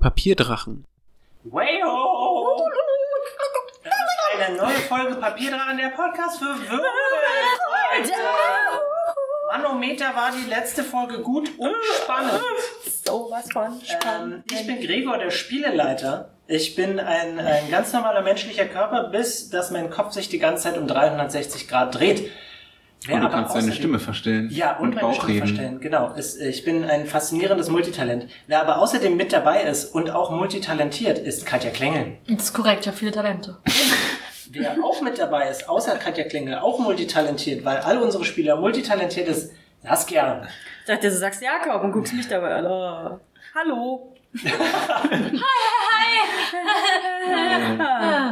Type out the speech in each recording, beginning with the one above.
Papierdrachen. Wayo! Das ist eine neue Folge Papierdrachen, der Podcast für Wirbelfreunde. Manometer war die letzte Folge gut und spannend. So was von Ähm, ich bin Gregor, der Spieleleiter. Ich bin ein, ein ganz normaler menschlicher Körper, bis dass mein Kopf sich die ganze Zeit um 360 Grad dreht. Wer Und du aber kannst deine außerdem- Stimme verstellen. Ja, und, meine Stimme verstellen, genau. Es, äh, ich bin ein faszinierendes Multitalent. Wer aber außerdem mit dabei ist und auch multitalentiert, ist Katja Klengel. Das ist korrekt, ich habe viele Talente. Wer auch mit dabei ist, außer Katja Klingel, auch multitalentiert, weil all unsere Spieler multitalentiert ist, Saskia. Ich dachte, du sagst Jakob und guckst mich dabei an. Oh. Hallo.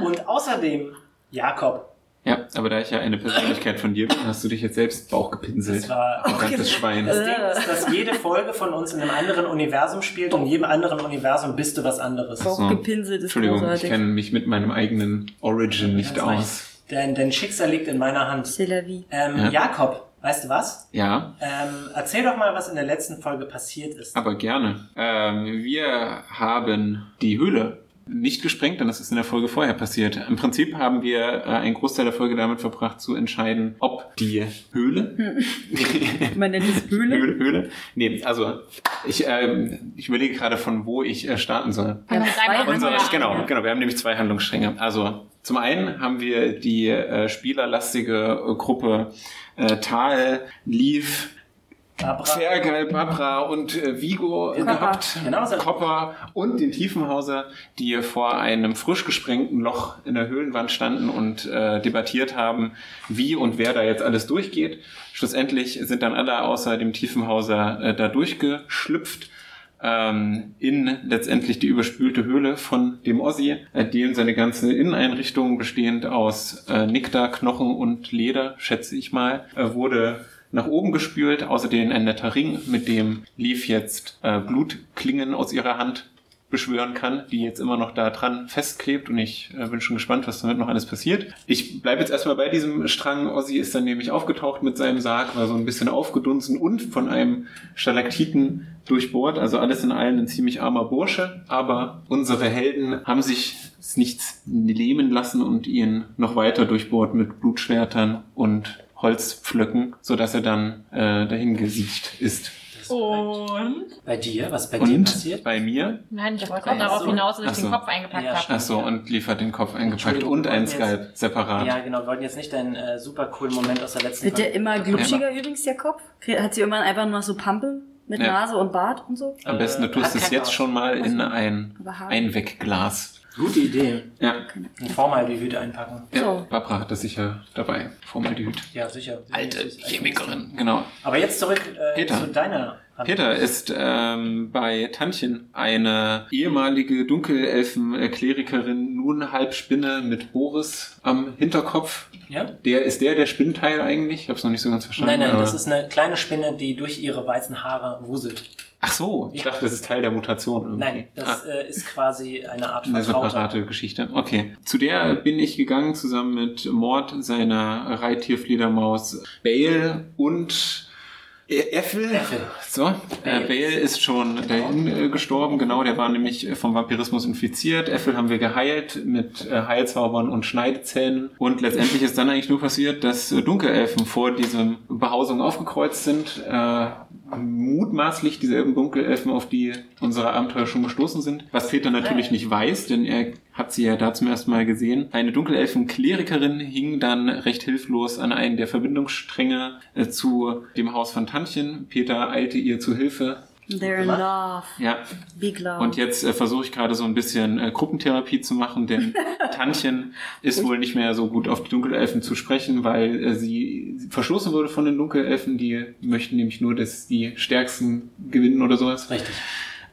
Und außerdem Jakob. Ja, aber da ich ja eine Persönlichkeit von dir bin, hast du dich jetzt selbst Bauch gepinselt. Das war- Also Verdammtes Schwein. Das Ding ist, dass jede Folge von uns in einem anderen Universum spielt und in jedem anderen Universum bist du was anderes. Bauch gepinselt ist Entschuldigung, großartig. ich kenne mich mit meinem eigenen Origin nicht Ganz aus. Denn dein Schicksal liegt in meiner Hand. C'est la vie. Ähm, Ja. Jakob, weißt du was? Ja, Ähm, erzähl doch mal, was in der letzten Folge passiert ist. aber gerne. Ähm, wir haben die Höhle nicht gesprengt, denn das ist in der Folge vorher passiert. Im Prinzip haben wir äh, einen Großteil der Folge damit verbracht, zu entscheiden, ob die Höhle Hm. Man nennt es Höhle. Höhle, Höhle. Nee, also ich, ähm, ich überlege gerade, von wo ich äh, starten soll. Wir Ja, haben dreimal zwei Unsere, Handlungen. genau, genau, wir haben nämlich zwei Handlungsstränge. Also zum einen haben wir die äh, spielerlastige äh, Gruppe äh, Tal, Leaf, Barbara, Fergal, Barbara und äh, Vigo Kopper. gehabt, Genau so. Kopper und den Tiefenhauser, die vor einem frisch gesprengten Loch in der Höhlenwand standen und äh, debattiert haben, wie und wer da jetzt alles durchgeht. Schlussendlich sind dann alle außer dem Tiefenhauser äh, da durchgeschlüpft ähm, in letztendlich die überspülte Höhle von dem Ossi, äh, dem seine ganze Inneneinrichtung bestehend aus äh, Nikta, Knochen und Leder, schätze ich mal, äh, wurde nach oben gespült. Außerdem ein netter Ring, mit dem Leaf jetzt äh, Blutklingen aus ihrer Hand beschwören kann, die jetzt immer noch da dran festklebt und ich äh, bin schon gespannt, was damit noch alles passiert. Ich bleibe jetzt erstmal bei diesem Strang. Ossi ist dann nämlich aufgetaucht mit seinem Sarg, war so ein bisschen aufgedunsen und von einem Stalaktiten durchbohrt. Also alles in allem ein ziemlich armer Bursche, aber unsere Helden haben sich nichts lähmen lassen und ihn noch weiter durchbohrt mit Blutschwertern und Holzpflöcken, sodass er dann äh, dahin gesiecht ist. Und? bei dir? Was bei dir Und passiert? bei mir Nein, ich wollte Ach gerade darauf so. hinaus, dass ich Ach den so. Kopf eingepackt Ja, habe. Ach so, und liefert den Kopf eingepackt Entschuldigung, und ein wir wollten Skype separat. Ja, genau. Wir wollten jetzt nicht deinen äh, super coolen Moment aus der letzten Wird der Folge. immer glitschiger übrigens, der Kopf? Krie- Hat sie irgendwann einfach nur so Pampe mit Ja. Nase und Bart und so? Am besten du Äh, tust hat es kein jetzt Arsch. schon mal in ein Aber Haare. Einwegglas. Gute Idee. Ja. Ein Formaldehyd halt einpacken. ja. So. Barbara hat das sicher dabei. Formaldehyd. Ja, sicher. Alte Als Chemikerin. Genau. Aber jetzt zurück äh, Peter. zu deiner Hand. Peter äh, ist ähm, bei Tantchen, eine ehemalige Dunkelelfen-Klerikerin, nun halb Spinne mit Boris am Hinterkopf. Ja? Der ist der der Spinnteil eigentlich? Ich hab's noch nicht so ganz verstanden. Nein, nein, das aber- ist eine kleine Spinne, die durch ihre weißen Haare wuselt. Ach so, ich Ja. dachte, das ist Teil der Mutation. Irgendwie. Ah, Nein, das äh, ist quasi eine Art Eine Vertrauter. separate Geschichte. Okay. Zu der bin ich gegangen, zusammen mit Mord, seiner Reittierfledermaus Bale und E- Äffel. Äffel. So, äh, Bale. Bale ist schon dahin äh, gestorben, genau, der war nämlich äh, vom Vampirismus infiziert. Äffel haben wir geheilt mit äh, Heilzaubern und Schneidezähnen. Und letztendlich ist dann eigentlich nur passiert, dass äh, Dunkelelfen vor diesem Behausung aufgekreuzt sind. Äh, mutmaßlich dieselben Dunkelelfen, auf die unsere Abenteuer schon gestoßen sind. Was Peter natürlich nicht weiß, denn er hat sie ja da zum ersten Mal gesehen. Eine Dunkelelfen-Klerikerin hing dann recht hilflos an einen der Verbindungsstränge äh, zu dem Haus von Tantchen. Peter eilte ihr zu Hilfe. They're in love. Ja, Big love. und jetzt äh, versuche ich gerade so ein bisschen äh, Gruppentherapie zu machen, denn Tantchen ist wohl nicht mehr so gut auf die Dunkelelfen zu sprechen, weil äh, sie verschlossen wurde von den Dunkelelfen. Die möchten nämlich nur, dass die Stärksten gewinnen oder sowas. Richtig.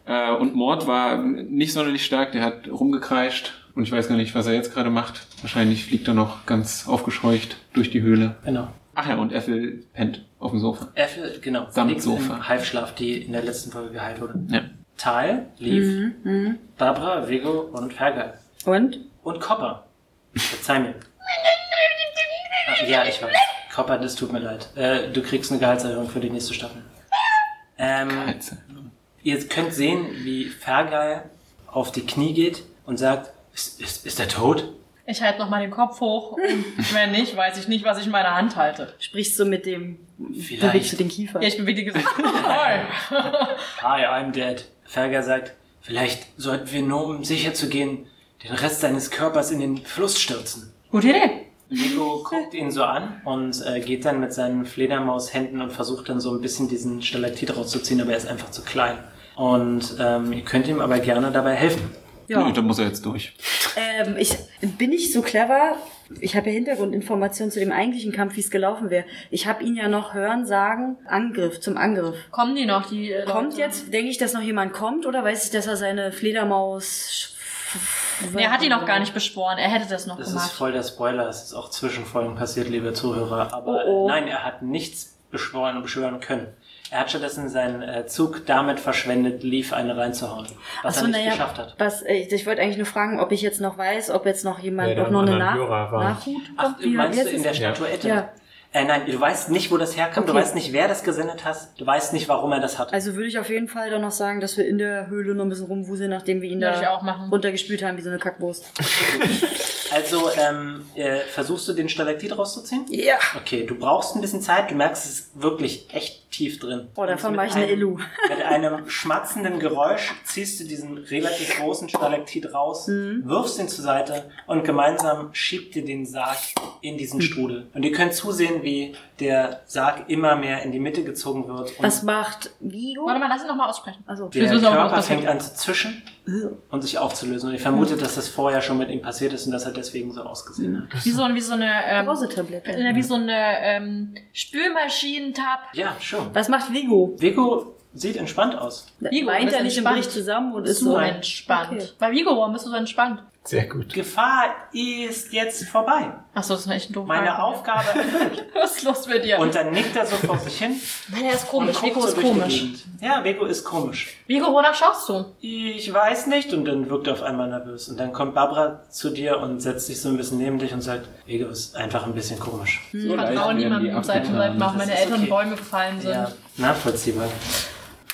Äh, und Mord war nicht sonderlich stark, der hat rumgekreischt. Und ich weiß gar nicht, was er jetzt gerade macht. Wahrscheinlich fliegt er noch ganz aufgescheucht durch die Höhle. Genau. Ach ja, und Äffel pennt auf dem Sofa. Äffel, genau. Samt liegt Sofa. im Halbschlaf, die in der letzten Folge geheilt wurde. Ja. Tal, Leaf, Barbara, Vigo und Fergal. Und? Und Copper. Verzeih mir. Ah, ja, ich weiß. Copper, das tut mir leid. Äh, du kriegst eine Gehaltserhöhung für die nächste Staffel. Ähm, Ah, Alter. ihr könnt sehen, wie Fergal auf die Knie geht und sagt, ist, ist, ist er tot? Ich halte nochmal den Kopf hoch und wenn nicht, weiß ich nicht, was ich in meiner Hand halte. Sprichst du mit dem, bewegst du Vielleicht. den Kiefer? Ja, ich bewege die Gesicht. Voll. Hi, I'm dead. Ferger sagt, vielleicht sollten wir nur, um sicher zu gehen, den Rest seines Körpers in den Fluss stürzen. Gute Idee. Nico guckt ihn so an und äh, geht dann mit seinen Fledermaushänden und versucht dann so ein bisschen diesen Stalaktit rauszuziehen, aber er ist einfach zu klein. Und ähm, ihr könnt ihm aber gerne dabei helfen. Ja. Nö, da muss er jetzt durch. Ähm, ich bin nicht so clever. Ich habe ja Hintergrundinformationen zu dem eigentlichen Kampf, wie es gelaufen wäre. Ich habe ihn ja noch hören sagen, Angriff zum Angriff. Kommen die noch, die äh, Leute? Kommt jetzt, denke ich, dass noch jemand kommt oder weiß ich, dass er seine Fledermaus... Nee, er hat ihn noch gar nicht beschworen. Er hätte das noch Das ist gemacht. voll der Spoiler, es ist auch Zwischenfolgen passiert, liebe Zuhörer. Aber Oh, oh. äh, nein, er hat nichts beschworen und beschwören können. Er hat stattdessen seinen äh, Zug damit verschwendet, lief eine reinzuhauen, was Achso, er nicht naja, geschafft hat. was, äh, ich wollte eigentlich nur fragen, ob ich jetzt noch weiß, ob jetzt noch jemand, Wer da ob noch im eine Nach anderen Hörer war. Nachhut Ach, kommt. du Wie- meinst du jetzt in ist- der Statuette? Ja. Äh, nein, du weißt nicht, wo das herkommt, du Okay. weißt nicht, wer das gesendet hat, du weißt nicht, warum er das hat. also würde ich auf jeden Fall dann noch sagen, dass wir in der Höhle noch ein bisschen rumwuseln, nachdem wir ihn Würde ich da auch machen. runtergespült haben, wie so eine Kackwurst. Also, ähm, äh, versuchst du den Stalaktit rauszuziehen? Ja. Okay, du brauchst ein bisschen Zeit, du merkst, es ist wirklich echt tief drin. Oh, davon Und mach mit ich eine einem- Illu. Mit einem schmatzenden Geräusch ziehst du diesen relativ großen Stalaktit raus, Mhm. wirfst ihn zur Seite und gemeinsam schiebt ihr den Sarg in Mhm. diesen Strudel. Und ihr könnt zusehen, wie der Sarg immer mehr in die Mitte gezogen wird. Und Was macht Vigo? Warte mal, lass ihn nochmal aussprechen. Also, Äh, der Das ist aber auch Körper das fängt an zu zischen und sich aufzulösen. Und ich vermute, Mhm. dass das vorher schon mit ihm passiert ist und dass er deswegen so ausgesehen hat. Wie so, wie so eine, ähm, Brausetablette. äh, wie so eine ähm, Spülmaschinentab. Ja, schon. Was macht Vigo? Vigo sieht entspannt aus. Vigo ist weint er nicht im entspannt. Bericht zusammen und ist Zu so. entspannt. Okay. Bei Vigo, warum bist du so entspannt? Sehr gut. Gefahr ist jetzt vorbei. Achso, das ist echt ein doofer Meine Aufgabe erfüllt. Was ist los mit dir? Und dann nickt er so vor sich hin. Nein, er ist und komisch. guckt Vigo so ist durch die komisch. Gegend. Ja, Vigo ist komisch. Vigo, wonach schaust du? Ich weiß nicht. Und dann wirkt er auf einmal nervös. Und dann kommt Barbara zu dir und setzt sich so ein bisschen neben dich und sagt, Vigo ist einfach ein bisschen komisch. So Ich vertraue niemandem seit, seit nach meine ist Eltern okay. Bäume gefallen sind. Ja, nachvollziehbar.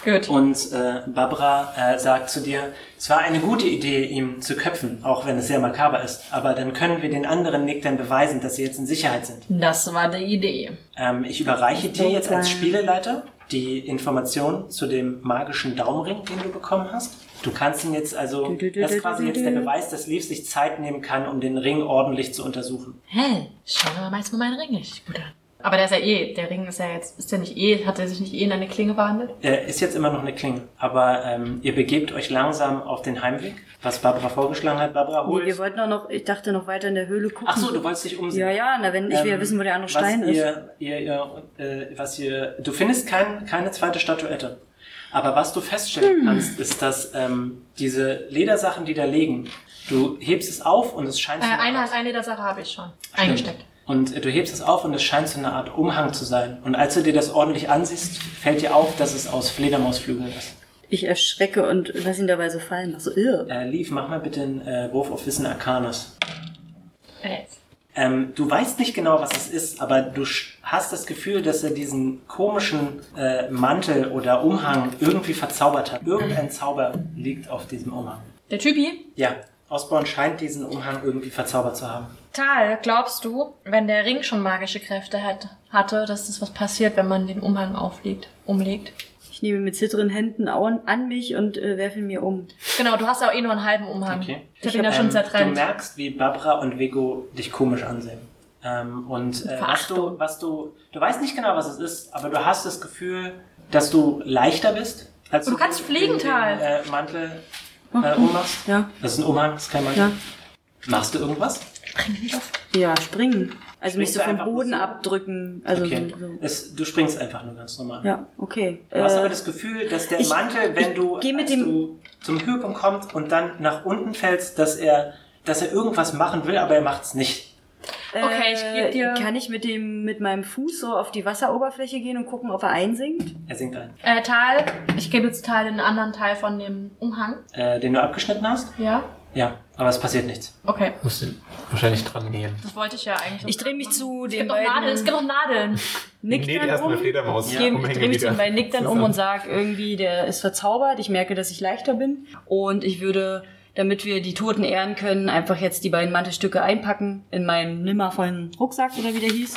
Gut. Und äh, Barbara äh, sagt zu dir, es war eine gute Idee, ihn zu köpfen, auch wenn es sehr makaber ist. Aber dann können wir den anderen Nickern beweisen, dass sie jetzt in Sicherheit sind. Das war die Idee. Ähm, ich überreiche dir jetzt als Spieleleiter die Information zu dem magischen Daumenring, den du bekommen hast. Du kannst ihn jetzt also, Du, du, du, das ist du, quasi du, jetzt du. der Beweis, dass Leaf sich Zeit nehmen kann, um den Ring ordentlich zu untersuchen. Hä? Schau mir mal jetzt mal meinen Ring richtig gut an. Aber der ist ja eh, der Ring ist ja jetzt, ist der nicht eh, hat er sich nicht eh in eine Klinge verhandelt? Äh, ist jetzt immer noch eine Klinge, aber ähm, ihr begebt euch langsam auf den Heimweg, was Barbara vorgeschlagen hat. Barbara Nee, holt. wir wollten auch noch, ich dachte noch weiter in der Höhle gucken. Ach so, du wolltest dich umsehen. Ja, ja, na, wenn ich will ja Ähm, wissen, wo der andere was Stein ist. ihr, Ihr, ihr, äh, was ihr, du findest kein, keine zweite Statuette. Aber was du feststellen Hm. kannst, ist, dass ähm, diese Ledersachen, die da liegen, du hebst es auf und es scheint Äh, so eine eine, Art- eine der Sache habe ich schon Stimmt. eingesteckt. Und äh, du hebst es auf und es scheint so eine Art Umhang zu sein. Und als du dir das ordentlich ansiehst, fällt dir auf, dass es aus Fledermausflügeln ist. Ich erschrecke und lass ihn dabei so fallen. Ach so, irr. Äh, Leaf, mach mal bitte einen äh, Wurf auf Wissen Arcanus. Äh, Ähm, du weißt nicht genau, was es ist, aber du sch- hast das Gefühl, dass er diesen komischen äh, Mantel oder Umhang irgendwie verzaubert hat. Irgendein Zauber liegt auf diesem Umhang. Der Typi? Ja, Osborn scheint diesen Umhang irgendwie verzaubert zu haben. Tal, glaubst du, wenn der Ring schon magische Kräfte hat, hatte, dass das was passiert, wenn man den Umhang auflegt, umlegt? Ich nehme mit zitternden Händen an, an mich und äh, werfe ihn mir um. Genau, du hast ja auch eh nur einen halben Umhang. Okay. Ich habe ihn ja schon Ähm, du zertrennt. merkst, wie Barbara und Vigo dich komisch ansehen. Ähm, und äh, was du, Verachtung. was du, du weißt nicht genau, was es ist, aber du hast das Gefühl, dass du leichter bist, als Du kannst den- fliegen, den, Tal. Mhm. äh, Mantel äh, ummachst. Ja, Das ist ein Umhang, das ist kein Mantel. ja. Machst du irgendwas? Ja, springen. Also mich Springst so du vom einfach Boden so? abdrücken. Also okay. so, so. Es, du springst einfach nur ganz normal. Ja, okay. Du hast Äh, aber das Gefühl, dass der ich- Mantel, wenn ich du, geh mit als dem- du zum Höhepunkt kommst und dann nach unten fällst, dass er, dass er irgendwas machen will, aber er macht's nicht. Okay, ich geb dir- äh, Kann ich mit dem mit meinem Fuß so auf die Wasseroberfläche gehen und gucken, ob er einsinkt? Er singt ein. Äh, Tal, ich gebe jetzt Tal den anderen Teil von dem Umhang. Äh, den du abgeschnitten hast? Ja. Ja, aber es passiert nichts. Okay, Musst du wahrscheinlich dran gehen. das wollte ich ja eigentlich. Ich drehe mich zu Es den gibt doch beiden. Nadeln, es gibt doch Nadeln. Nick nee, dann erstmal um. Fledermaus. Ich, geh- ich Umhänge drehe mich wieder dann bei Nick dann um zusammen. und sage irgendwie, der ist verzaubert. Ich merke, dass ich leichter bin. Und ich würde, damit wir die Toten ehren können, einfach jetzt die beiden Mantelstücke einpacken in meinen nimmervollen Rucksack oder wie der hieß.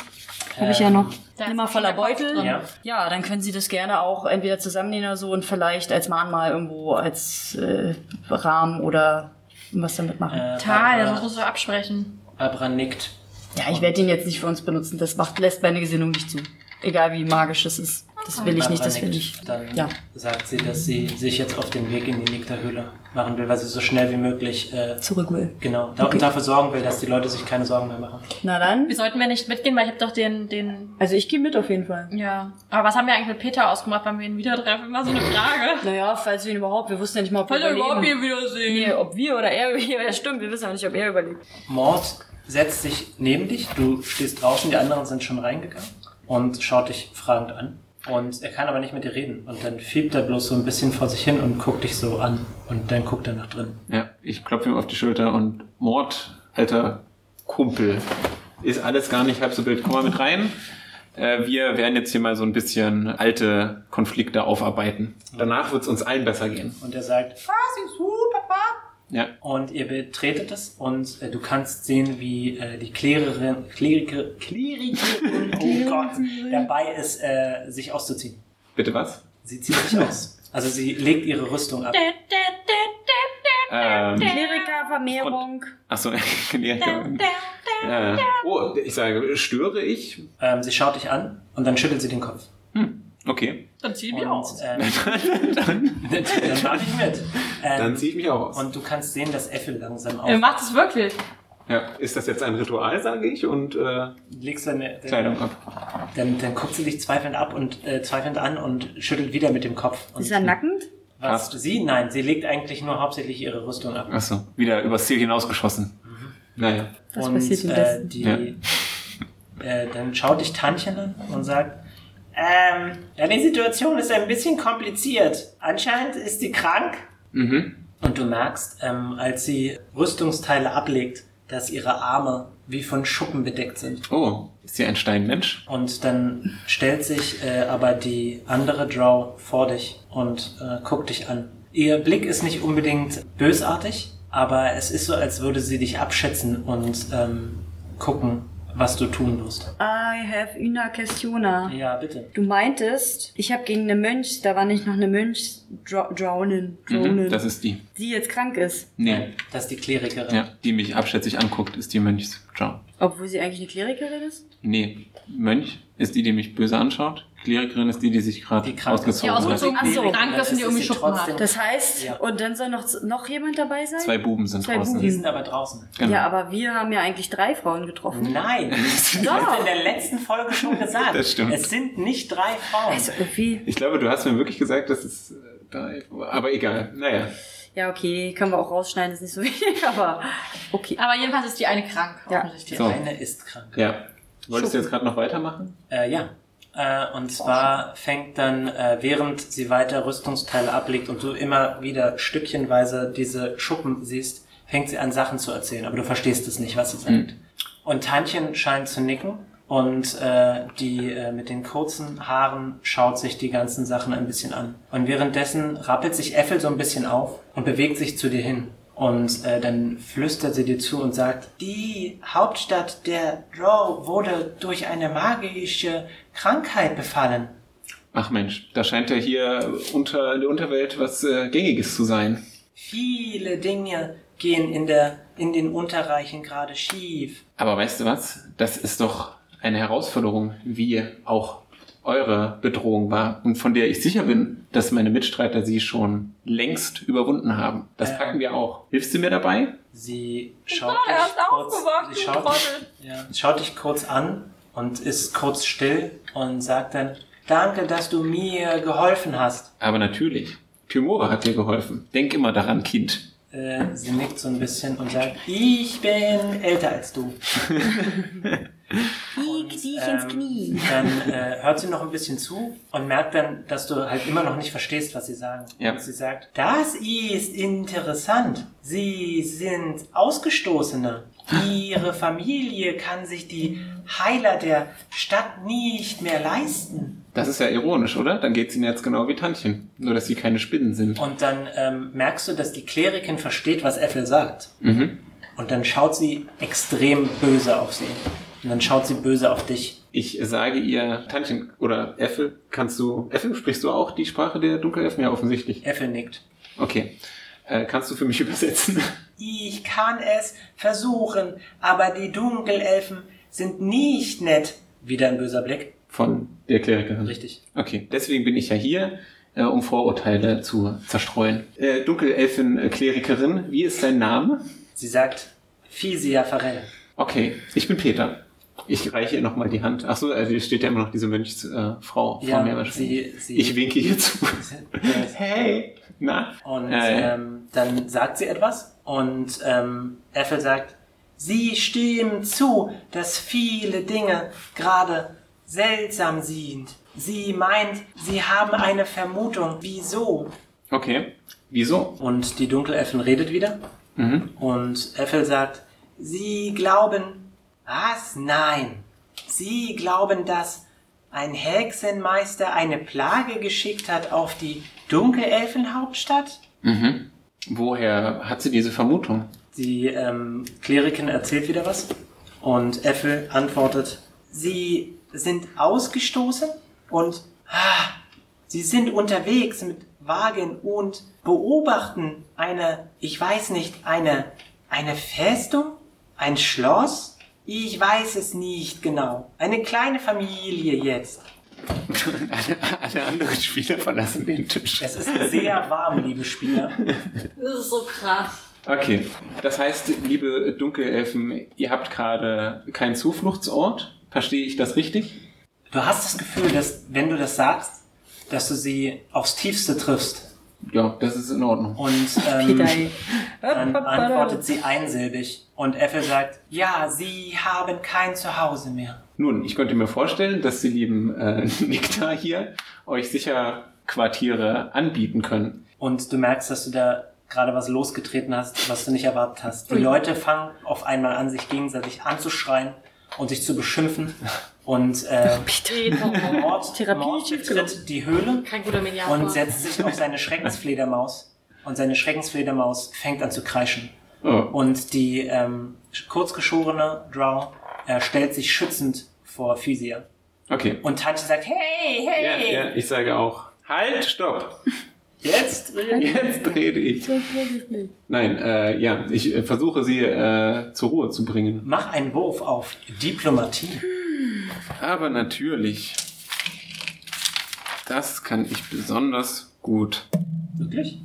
Habe ich ja Ähm, noch. da ist Nimmer ein voller kleiner Kopf Beutel. drin. Ja. Ja. dann können Sie das gerne auch entweder zusammennehmen oder so und vielleicht als Mahnmal irgendwo als äh, Rahmen oder was damit machen. Äh, Total, das Barbara, musst du absprechen. Barbara nickt. Ja, ich werde den jetzt nicht für uns benutzen. Das macht, lässt meine Gesinnung nicht zu. Egal wie magisch es ist. Das will ich nicht, Barbara das will nickt. ich. Dann Ja. sagt sie, dass sie sich jetzt auf den Weg in die Nickterhöhle machen will, weil sie so schnell wie möglich äh, Zurück will. genau da- Okay. dafür sorgen will, dass die Leute sich keine Sorgen mehr machen. Na dann. Wir sollten wir nicht mitgehen, weil ich habe doch den, den. Also ich gehe mit auf jeden Fall. Ja. Aber was haben wir eigentlich mit Peter ausgemacht, wenn wir ihn wieder treffen? Immer so eine Frage. Naja, falls wir ihn überhaupt, wir wussten ja nicht mal, ob Wollt ihr wir überhaupt überleben. hier wiedersehen? Nee, ob wir oder er, ja stimmt, wir wissen ja nicht, ob er überlebt. Mord setzt sich neben dich. Du stehst draußen, die anderen sind schon reingegangen und schaut dich fragend an. Und er kann aber nicht mit dir reden. Und dann fiebt er bloß so ein bisschen vor sich hin und guckt dich so an. Und dann guckt er nach drin. Ja, ich klopfe ihm auf die Schulter und Mord, alter Kumpel, ist alles gar nicht halb so wild. Komm mal mit rein. Äh, Wir werden jetzt hier mal so ein bisschen alte Konflikte aufarbeiten. Danach wird es uns allen besser gehen. Und er sagt, Quasi super, Papa. Ja, Und ihr betretet es und äh, du kannst sehen, wie äh, die Klerikerin, Klerike, Klerikerin, oh Gott, dabei ist, äh, sich auszuziehen. bitte was? Sie zieht sich aus. Also sie legt ihre Rüstung ab. Ähm, Klerikervermehrung. achso, äh, Oh, ich sage, störe ich? Hm, Ähm, sie schaut dich an und dann schüttelt sie den Kopf. Okay, Dann ziehen Und, wir aus. ähm, dann dann mach ich mit. Ähm, dann ziehe ich mich auch aus. und du kannst sehen, dass Äffel langsam auf. Er macht es wirklich. Ja, ist das jetzt ein Ritual, sage ich, und äh, legst deine, deine Kleidung ab. Dann, dann guckt sie dich zweifelnd ab und äh, zweifelnd an und schüttelt wieder mit dem Kopf. Und Ist er nackend? Was? Sie? Nein, sie legt eigentlich nur hauptsächlich ihre Rüstung ab. Achso, wieder übers Ziel hinausgeschossen. Naja. Was und passiert im äh, Westen? die, äh, dann schaut dich Tantchen an und sagt, ähm, deine Situation ist ein bisschen kompliziert. Anscheinend ist sie krank. Mhm. Und du merkst, ähm, als sie Rüstungsteile ablegt, dass ihre Arme wie von Schuppen bedeckt sind. Oh, ist sie ein Steinmensch? Und dann stellt sich äh, aber die andere Drow vor dich und äh, guckt dich an. Ihr Blick ist nicht unbedingt bösartig, aber es ist so, als würde sie dich abschätzen und ähm, gucken, was du tun wirst. I have una questiona. Ja, bitte. Du meintest, ich habe gegen eine Mönch, da war nicht noch eine Mönch, Dro Drownin, Drownin, Mhm, das ist die. die jetzt krank ist. Nee. Das ist die Klerikerin. Ja, die mich abschätzig anguckt, ist die Mönchsfrau. Obwohl sie eigentlich eine Klerikerin ist? Nee, Mönch ist die, die mich böse anschaut. Klerikerin ist die, die sich gerade Die krank ist. Die ausgezogen hat. ausgezogen Ach sind, so. so. krank, dass Ja, sie die es irgendwie ist sie Schuppen trotzdem. hat. Das heißt, Ja. und dann soll noch, noch jemand dabei sein? Zwei Buben sind Zwei draußen. Die Buben. sind aber draußen. Genau. Ja, aber wir haben ja eigentlich drei Frauen getroffen. Nein, das hast du in der letzten Folge schon gesagt. Hm? Das stimmt. Es sind nicht drei Frauen. Also irgendwie, ich glaube, du hast mir wirklich gesagt, dass es äh, drei. Aber egal. Naja. ja okay, können wir auch rausschneiden, ist nicht so wichtig, aber okay. Aber jedenfalls ist die eine krank. Ja. die Offensichtlich. So. eine ist krank. Ja. Wolltest du jetzt gerade noch weitermachen? Äh, ja. Äh, und zwar fängt dann, äh, während sie weiter Rüstungsteile ablegt und du immer wieder stückchenweise diese Schuppen siehst, fängt sie an, Sachen zu erzählen. Aber du verstehst es nicht, was sie sagt. Hm. Und Tantchen scheint zu nicken und äh, die äh, mit den kurzen Haaren schaut sich die ganzen Sachen ein bisschen an. Und währenddessen rappelt sich Äffel so ein bisschen auf und bewegt sich zu dir hin. Und äh, dann flüstert sie dir zu und sagt, die Hauptstadt der Drow wurde durch eine magische Krankheit befallen. Ach Mensch, da scheint ja hier unter in der Unterwelt was äh, Gängiges zu sein. Viele Dinge gehen in, der, in den Unterreichen gerade schief. Aber weißt du was? Das ist doch eine Herausforderung, wie auch eure Bedrohung war und von der ich sicher bin, dass meine Mitstreiter sie schon längst überwunden haben. Das Ja. packen wir auch. Hilfst du mir dabei? Sie schaut war dich erst kurz, aufgewacht, sie du schaut, Trottel. ja, schaut dich kurz an und ist kurz still und sagt dann, danke, dass du mir geholfen hast. Aber natürlich. Kimura hat dir geholfen. Denk immer daran, Kind. Äh, sie nickt so ein bisschen und sagt, ich bin älter als du. Piek, die ich ins Knie. Ähm, Dann äh, hört sie noch ein bisschen zu und merkt dann, dass du halt immer noch nicht verstehst, was sie sagen. Ja. Und sie sagt, das ist interessant. Sie sind Ausgestoßene. Ihre Familie kann sich die Heiler der Stadt nicht mehr leisten. Das ist ja ironisch, oder? Dann geht's ihnen jetzt genau wie Tantchen. Nur, dass sie keine Spinnen sind. Und dann ähm, merkst du, dass die Klerikin versteht, was Ethel sagt. Mhm. Und dann schaut sie extrem böse auf sie. Und dann schaut sie böse auf dich. Ich sage ihr, Tantchen oder Effel, kannst du, Effel, sprichst du auch die Sprache der Dunkelelfen? Ja, offensichtlich. Ethel nickt. Okay. Äh, kannst du für mich übersetzen? Ich kann es versuchen, aber die Dunkelelfen sind nicht nett. Wieder ein böser Blick. Von der Klerikerin. Richtig. Okay, deswegen bin ich ja hier, äh, um Vorurteile zu zerstreuen. Äh, Dunkelelfin äh, Klerikerin, wie ist dein Name? Sie sagt, Fisia Farell. Okay, ich bin Peter. Ich reiche ihr nochmal die Hand. Achso, also hier steht ja immer noch diese Mönchsfrau äh, Frau Ja, vor mir wahrscheinlich. sie- sie- äh, ich winke ihr zu. hey! Na? Und Äh, ähm, dann sagt sie etwas und ähm, Ethel sagt, Sie stimmen zu, dass viele Dinge gerade seltsam sind. Sie meint, Sie haben eine Vermutung, wieso. okay, wieso? Und die Dunkelelfen redet wieder. Mhm. Und Ethel sagt, Sie glauben, was? Nein. Sie glauben, dass ein Hexenmeister eine Plage geschickt hat auf die Dunkelelfenhauptstadt? Mhm. Woher hat sie diese Vermutung? Die ähm, Klerikin erzählt wieder was und Ethel antwortet, sie sind ausgestoßen und ah, sie sind unterwegs mit Wagen und beobachten eine, ich weiß nicht, eine, eine Festung? Ein Schloss? Ich weiß es nicht genau. Eine kleine Familie jetzt. alle, alle anderen Spieler verlassen den Tisch. Es ist sehr warm, liebe Spieler. Das ist so krass. Okay, das heißt, liebe Dunkelelfen, ihr habt gerade keinen Zufluchtsort. Verstehe ich das richtig? Du hast das Gefühl, dass wenn du das sagst, dass du sie aufs tiefste triffst. Ja, das ist in Ordnung. Und ähm, Geil. dann antwortet sie einsilbig. Und Effel sagt, ja, sie haben kein Zuhause mehr. Nun, ich könnte mir vorstellen, dass die lieben äh, Nikta hier euch sicher Quartiere anbieten können. Und du merkst, dass du da gerade was losgetreten hast, was du nicht erwartet hast. Die Leute fangen auf einmal an, sich gegenseitig anzuschreien und sich zu beschimpfen. Und äh, Mord, Therapie Mord schiefgelaufen. betritt die Höhle Kein guter Mediator. und setzt sich auf seine Schreckensfledermaus. Und seine Schreckensfledermaus fängt an zu kreischen. Oh, Und die ähm, kurzgeschorene Drow äh, stellt sich schützend vor Physia. okay. Und Tante sagt, hey, Ja, hey, ja, ich sage auch. Halt, stopp! jetzt will ich. Jetzt rede ich. Nein, äh, ja, ich äh, versuche sie äh, zur Ruhe zu bringen. Mach einen Wurf auf Diplomatie. Aber natürlich, das kann ich besonders gut. Wirklich?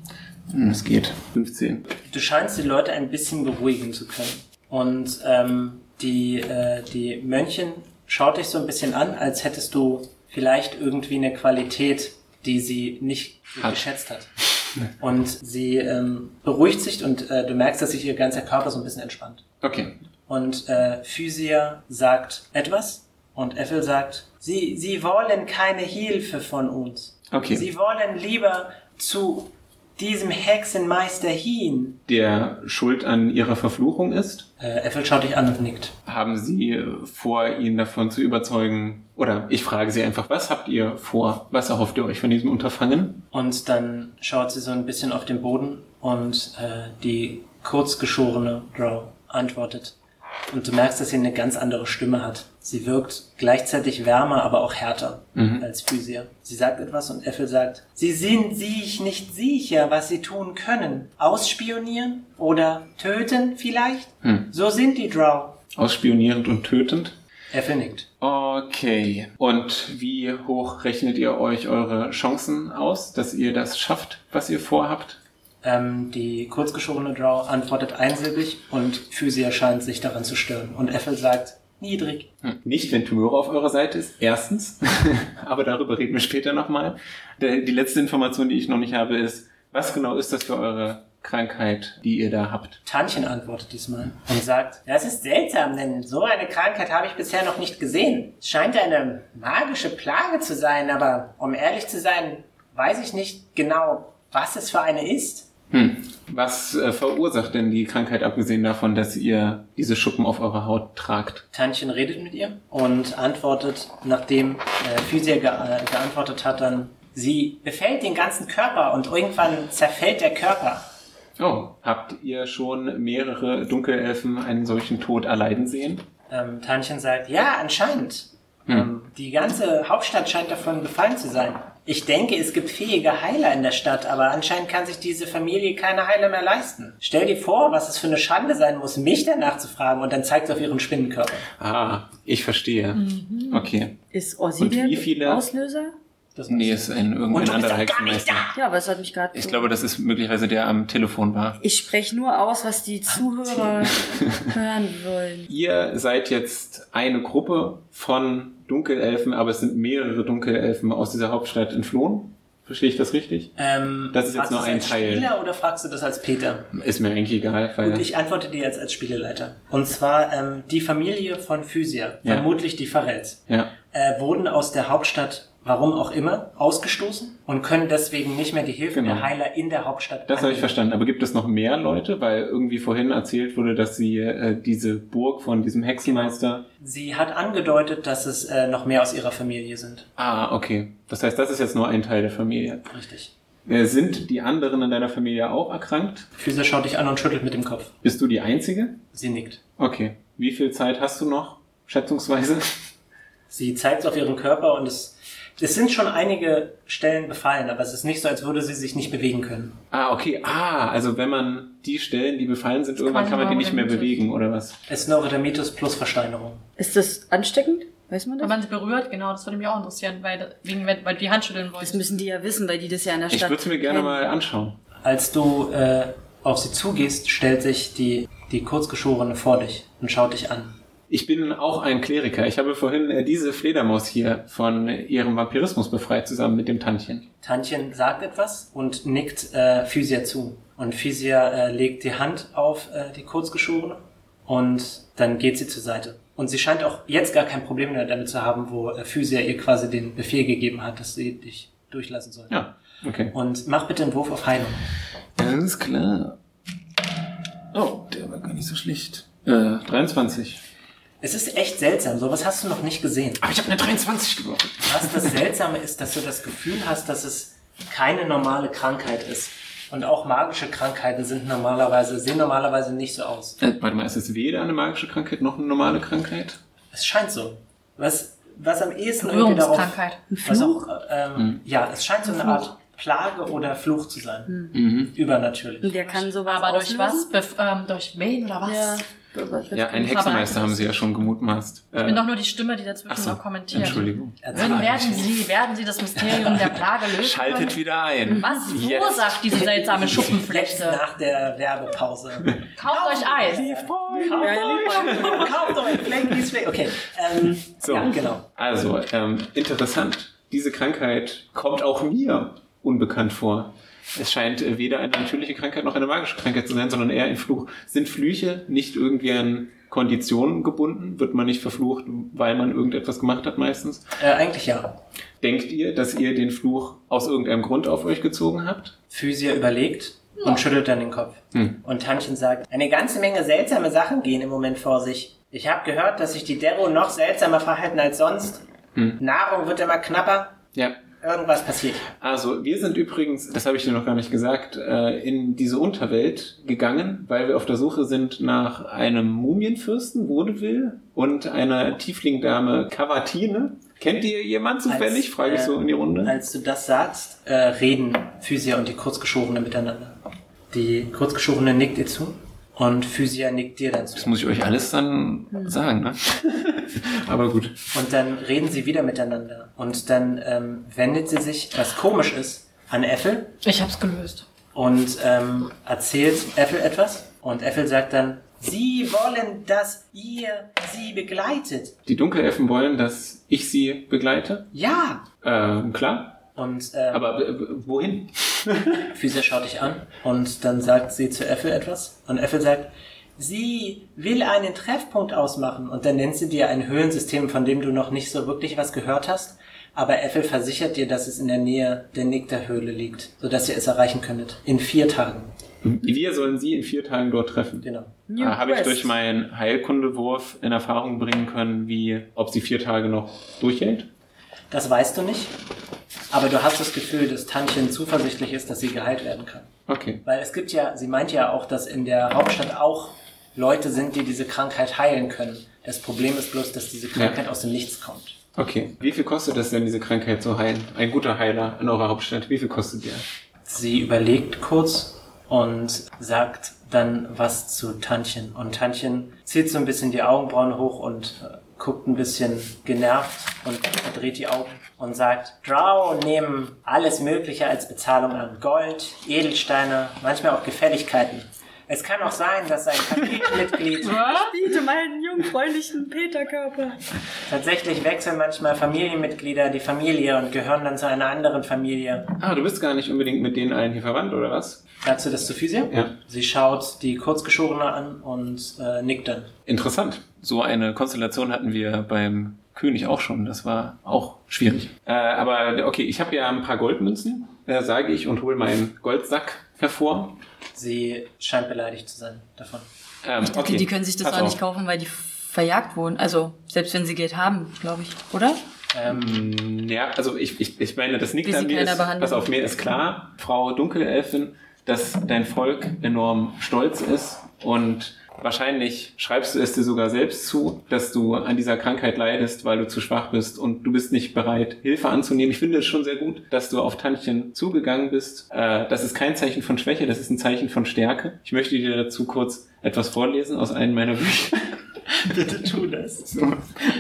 Hm, Es geht. 15. Du scheinst die Leute ein bisschen beruhigen zu können. Und ähm, die, äh, die Mönchin schaut dich so ein bisschen an, als hättest du vielleicht irgendwie eine Qualität, die sie nicht Hat. geschätzt hat. Und sie ähm, beruhigt sich und äh, du merkst, dass sich ihr ganzer Körper so ein bisschen entspannt. Okay. Und äh, Physia sagt etwas und Ethel sagt, sie, sie wollen keine Hilfe von uns. Okay. Sie wollen lieber zu diesem Hexenmeister hin. Der schuld an ihrer Verfluchung ist, Äh, Ethel schaut dich an und nickt. haben sie äh, vor, ihn davon zu überzeugen, oder ich frage sie einfach, was habt ihr vor? Was erhofft ihr euch von diesem Unterfangen? Und dann schaut sie so ein bisschen auf den Boden und äh, die kurzgeschorene Drow antwortet. Und du merkst, dass sie eine ganz andere Stimme hat. Sie wirkt gleichzeitig wärmer, aber auch härter als Physia. Sie sagt etwas und Ethel sagt, Sie sind sich nicht sicher, was Sie tun können. Ausspionieren oder töten vielleicht? Hm. So sind die Drow. Ausspionierend und tötend? Ethel nickt. Okay. Und wie hoch rechnet ihr euch eure Chancen aus, dass ihr das schafft, was ihr vorhabt? Ähm, die kurzgeschorene Drow antwortet einsilbig und Physia scheint sich daran zu stören. Und Ethel sagt, niedrig. Hm. Nicht, wenn Tumore auf eurer Seite ist, erstens. Aber darüber reden wir später nochmal. Die letzte Information, die ich noch nicht habe, ist, was genau ist das für eure Krankheit, die ihr da habt. Tantchen antwortet diesmal und sagt, das ist seltsam, denn so eine Krankheit habe ich bisher noch nicht gesehen. Es scheint eine magische Plage zu sein, aber um ehrlich zu sein, weiß ich nicht genau, was es für eine ist. Hm. Was äh, verursacht denn die Krankheit, abgesehen davon, dass ihr diese Schuppen auf eurer Haut tragt? Tantchen redet mit ihr und antwortet, nachdem äh, Physia ge äh, geantwortet hat, dann, sie befällt den ganzen Körper und irgendwann zerfällt der Körper. Oh, habt ihr schon mehrere Dunkelelfen einen solchen Tod erleiden sehen? Ähm, Tantchen sagt, ja, anscheinend. Hm. Ähm, die ganze Hauptstadt scheint davon befallen zu sein. Ich denke, es gibt fähige Heiler in der Stadt, aber anscheinend kann sich diese Familie keine Heiler mehr leisten. Stell dir vor, was es für eine Schande sein muss, mich danach zu fragen und dann zeigt sie auf ihren Spinnenkörper. Ah, ich verstehe. Mhm. Okay. Ist Ossi Und der wie viele- Auslöser? Das Nee, ist Und ein irgendein du bist anderer doch gar nicht Hexenmeister. Ja, aber es hat mich gerade. Ich glaube, das ist möglicherweise der am Telefon war. Ich spreche nur aus, was die Zuhörer hören wollen. Ihr seid jetzt eine Gruppe von Dunkelelfen, aber es sind mehrere Dunkelelfen aus dieser Hauptstadt entflohen. Verstehe ich das richtig? ähm, Das ist jetzt fragst nur du ein das als Teil. Spieler oder fragst du das als Peter? Ist mir eigentlich egal, Gut, weil ich antworte dir jetzt als Spieleleiter. Und zwar ähm, die Familie von Physia, Ja. vermutlich die Farells. ja, äh, wurden aus der Hauptstadt, warum auch immer, ausgestoßen und können deswegen nicht mehr die Hilfe Genau. der Heiler in der Hauptstadt das habe ich annehmen. verstanden. Aber gibt es noch mehr Leute, weil irgendwie vorhin erzählt wurde, dass sie äh, diese Burg von diesem Hexenmeister. Sie hat angedeutet, dass es äh, noch mehr aus ihrer Familie sind. Ah, okay. Das heißt, das ist jetzt nur ein Teil der Familie. Richtig. Äh, sind die anderen in deiner Familie auch erkrankt? Füße schaut dich an und schüttelt mit dem Kopf. Bist du die einzige? Sie nickt. Okay. Wie viel Zeit hast du noch? Schätzungsweise? Sie zeigt auf ihren Körper und es, es sind schon einige Stellen befallen, aber es ist nicht so, als würde sie sich nicht bewegen können. Ah, okay. Ah, also wenn man die Stellen, die befallen sind, irgendwann quasi kann man die Mauer nicht mehr damit. bewegen, oder was? Es ist Neurodermitis plus Versteinerung. Ist das ansteckend? Weiß man das? Wenn man sie berührt, genau, das würde mich auch interessieren, weil, wegen, weil die Hand schütteln Das wollen. müssen die ja wissen, weil die das ja in der Ich Stadt. würde es mir gerne kennen. mal anschauen. Als du äh, auf sie zugehst, stellt sich die, die Kurzgeschorene vor dich und schaut dich an. Ich bin auch ein Kleriker. Ich habe vorhin äh, diese Fledermaus hier von äh, ihrem Vampirismus befreit, zusammen mit dem Tantchen. Tantchen sagt etwas und nickt äh, Physia zu. Und Physia äh, legt die Hand auf äh, die Kurzgeschorene und dann geht sie zur Seite. Und sie scheint auch jetzt gar kein Problem mehr damit zu haben, wo äh, Physia ihr quasi den Befehl gegeben hat, dass sie dich durchlassen soll. Ja, okay. Und mach bitte einen Wurf auf Heilung. Alles klar. Oh, der war gar nicht so schlecht. Äh, 23. Es ist echt seltsam, sowas hast du noch nicht gesehen. Aber ich habe eine 23 geworfen. Was das Seltsame ist, dass du das Gefühl hast, dass es keine normale Krankheit ist. Und auch magische Krankheiten sind normalerweise, sehen normalerweise nicht so aus. Äh, warte mal, ist es weder eine magische Krankheit noch eine normale Krankheit? Es scheint so. Was, was am ehesten irgendwie darauf... Berührungskrankheit. Was auch, ähm, Ja, es scheint so eine Art Plage oder Fluch zu sein. Hm. Übernatürlich. Der kann sowas Aber durch was? auslösen? Bef ähm, durch wen oder was? Ja. Ja, ein Hexenmeister haben sie ja schon gemutmaßt. Ich bin doch nur die Stimme, die dazwischen Achso, noch kommentiert. Entschuldigung. Würden, werden, sie, werden sie das Mysterium der Plage lösen? Schaltet können? wieder ein. Was Jetzt. verursacht diese seltsame Vielleicht Schuppenflechte? nach der Werbepause. Kauft euch Eis. Kauft euch, kauft euch Flankies Flank. Okay, ähm, So. ja, genau. Also, ähm, interessant. Diese Krankheit kommt auch mir unbekannt vor. Es scheint äh, weder eine natürliche Krankheit noch eine magische Krankheit zu sein, sondern eher ein Fluch. Sind Flüche nicht irgendwie an Konditionen gebunden? Wird man nicht verflucht, weil man irgendetwas gemacht hat meistens? Äh, eigentlich ja. Denkt ihr, dass ihr den Fluch aus irgendeinem Grund auf euch gezogen habt? Physia überlegt und schüttelt dann den Kopf. Hm. Und Tantchen sagt, eine ganze Menge seltsame Sachen gehen im Moment vor sich. Ich habe gehört, dass sich die Dero noch seltsamer verhalten als sonst. Hm. Nahrung wird immer knapper. Ja, Irgendwas passiert. Also, wir sind übrigens, das habe ich dir noch gar nicht gesagt, äh, in diese Unterwelt gegangen, weil wir auf der Suche sind nach einem Mumienfürsten, Vaudeville, und einer Tieflingdame Cavatine. Kennt ihr jemand zufällig? Als, Frage ich äh, so in die Runde. Als du das sagst, äh, reden Physia und die Kurzgeschorene miteinander. Die Kurzgeschorene nickt ihr zu und Physia nickt dir dann zu. muss ich euch alles dann Hm. sagen, ne? Aber gut. Und dann reden sie wieder miteinander. Und dann ähm, wendet sie sich, was komisch ist, an Äffel Ich hab's gelöst. und ähm, erzählt Äffel etwas. Und Äffel sagt dann, sie wollen, dass ihr sie begleitet. Die Dunkelelfen wollen, dass ich sie begleite. Ja, Ähm, klar. Und ähm, Aber äh, wohin? Füße schaut dich an und dann sagt sie zu Äffel etwas. Und Äffel sagt, sie will einen Treffpunkt ausmachen. Und dann nennt sie dir ein Höhlensystem, von dem du noch nicht so wirklich was gehört hast. Aber Äffel versichert dir, dass es in der Nähe der Nektarhöhle liegt, sodass ihr es erreichen könntet. In vier Tagen. Wir sollen sie in vier Tagen dort treffen. Genau. New Ah, Habe ich Quest. durch meinen Heilkundewurf in Erfahrung bringen können, wie ob sie vier Tage noch durchhält? Das weißt du nicht. Aber du hast das Gefühl, dass Tantchen zuversichtlich ist, dass sie geheilt werden kann. Okay. Weil es gibt ja, sie meint ja auch, dass in der Hauptstadt auch Leute sind, die diese Krankheit heilen können. Das Problem ist bloß, dass diese Krankheit aus dem Nichts kommt. Okay. Wie viel kostet das denn, diese Krankheit zu heilen? Ein guter Heiler in eurer Hauptstadt, wie viel kostet der? Sie überlegt kurz und sagt dann was zu Tantchen. Und Tantchen zieht so ein bisschen die Augenbrauen hoch und äh, guckt ein bisschen genervt und verdreht die Augen und sagt, Drow nehmen alles Mögliche als Bezahlung an. Gold, Edelsteine, manchmal auch Gefälligkeiten. Es kann auch sein, dass ein Familienmitglied Biete meinen jungfräulichen Peterkörper. Tatsächlich wechseln manchmal Familienmitglieder die Familie und gehören dann zu einer anderen Familie. Ah, du bist gar nicht unbedingt mit denen allen hier verwandt, oder was? Sagst du das zu Physio? Ja. Sie schaut die Kurzgeschorene an und äh, nickt dann. Interessant. So eine Konstellation hatten wir beim König auch schon. Das war auch schwierig. Äh, aber okay, ich habe ja ein paar Goldmünzen, äh, sage ich, und hole meinen Goldsack hervor. Sie scheint beleidigt zu sein davon. Ähm, Ich dachte, die können sich das pass doch auf. nicht kaufen, weil die verjagt wurden. Also, selbst wenn sie Geld haben, glaube ich, oder? Ähm, Mm, Ja, also ich, ich, ich meine, das Wie liegt sie an mir. keiner Ist, behandelt. pass auf, mir ist klar, Frau Dunkelelfin, dass dein Volk enorm stolz ist und wahrscheinlich schreibst du es dir sogar selbst zu, dass du an dieser Krankheit leidest, weil du zu schwach bist und du bist nicht bereit, Hilfe anzunehmen. Ich finde es schon sehr gut, dass du auf Tantchen zugegangen bist. Äh, das ist kein Zeichen von Schwäche, das ist ein Zeichen von Stärke. Ich möchte dir dazu kurz etwas vorlesen aus einem meiner Bücher. bitte tu das. So,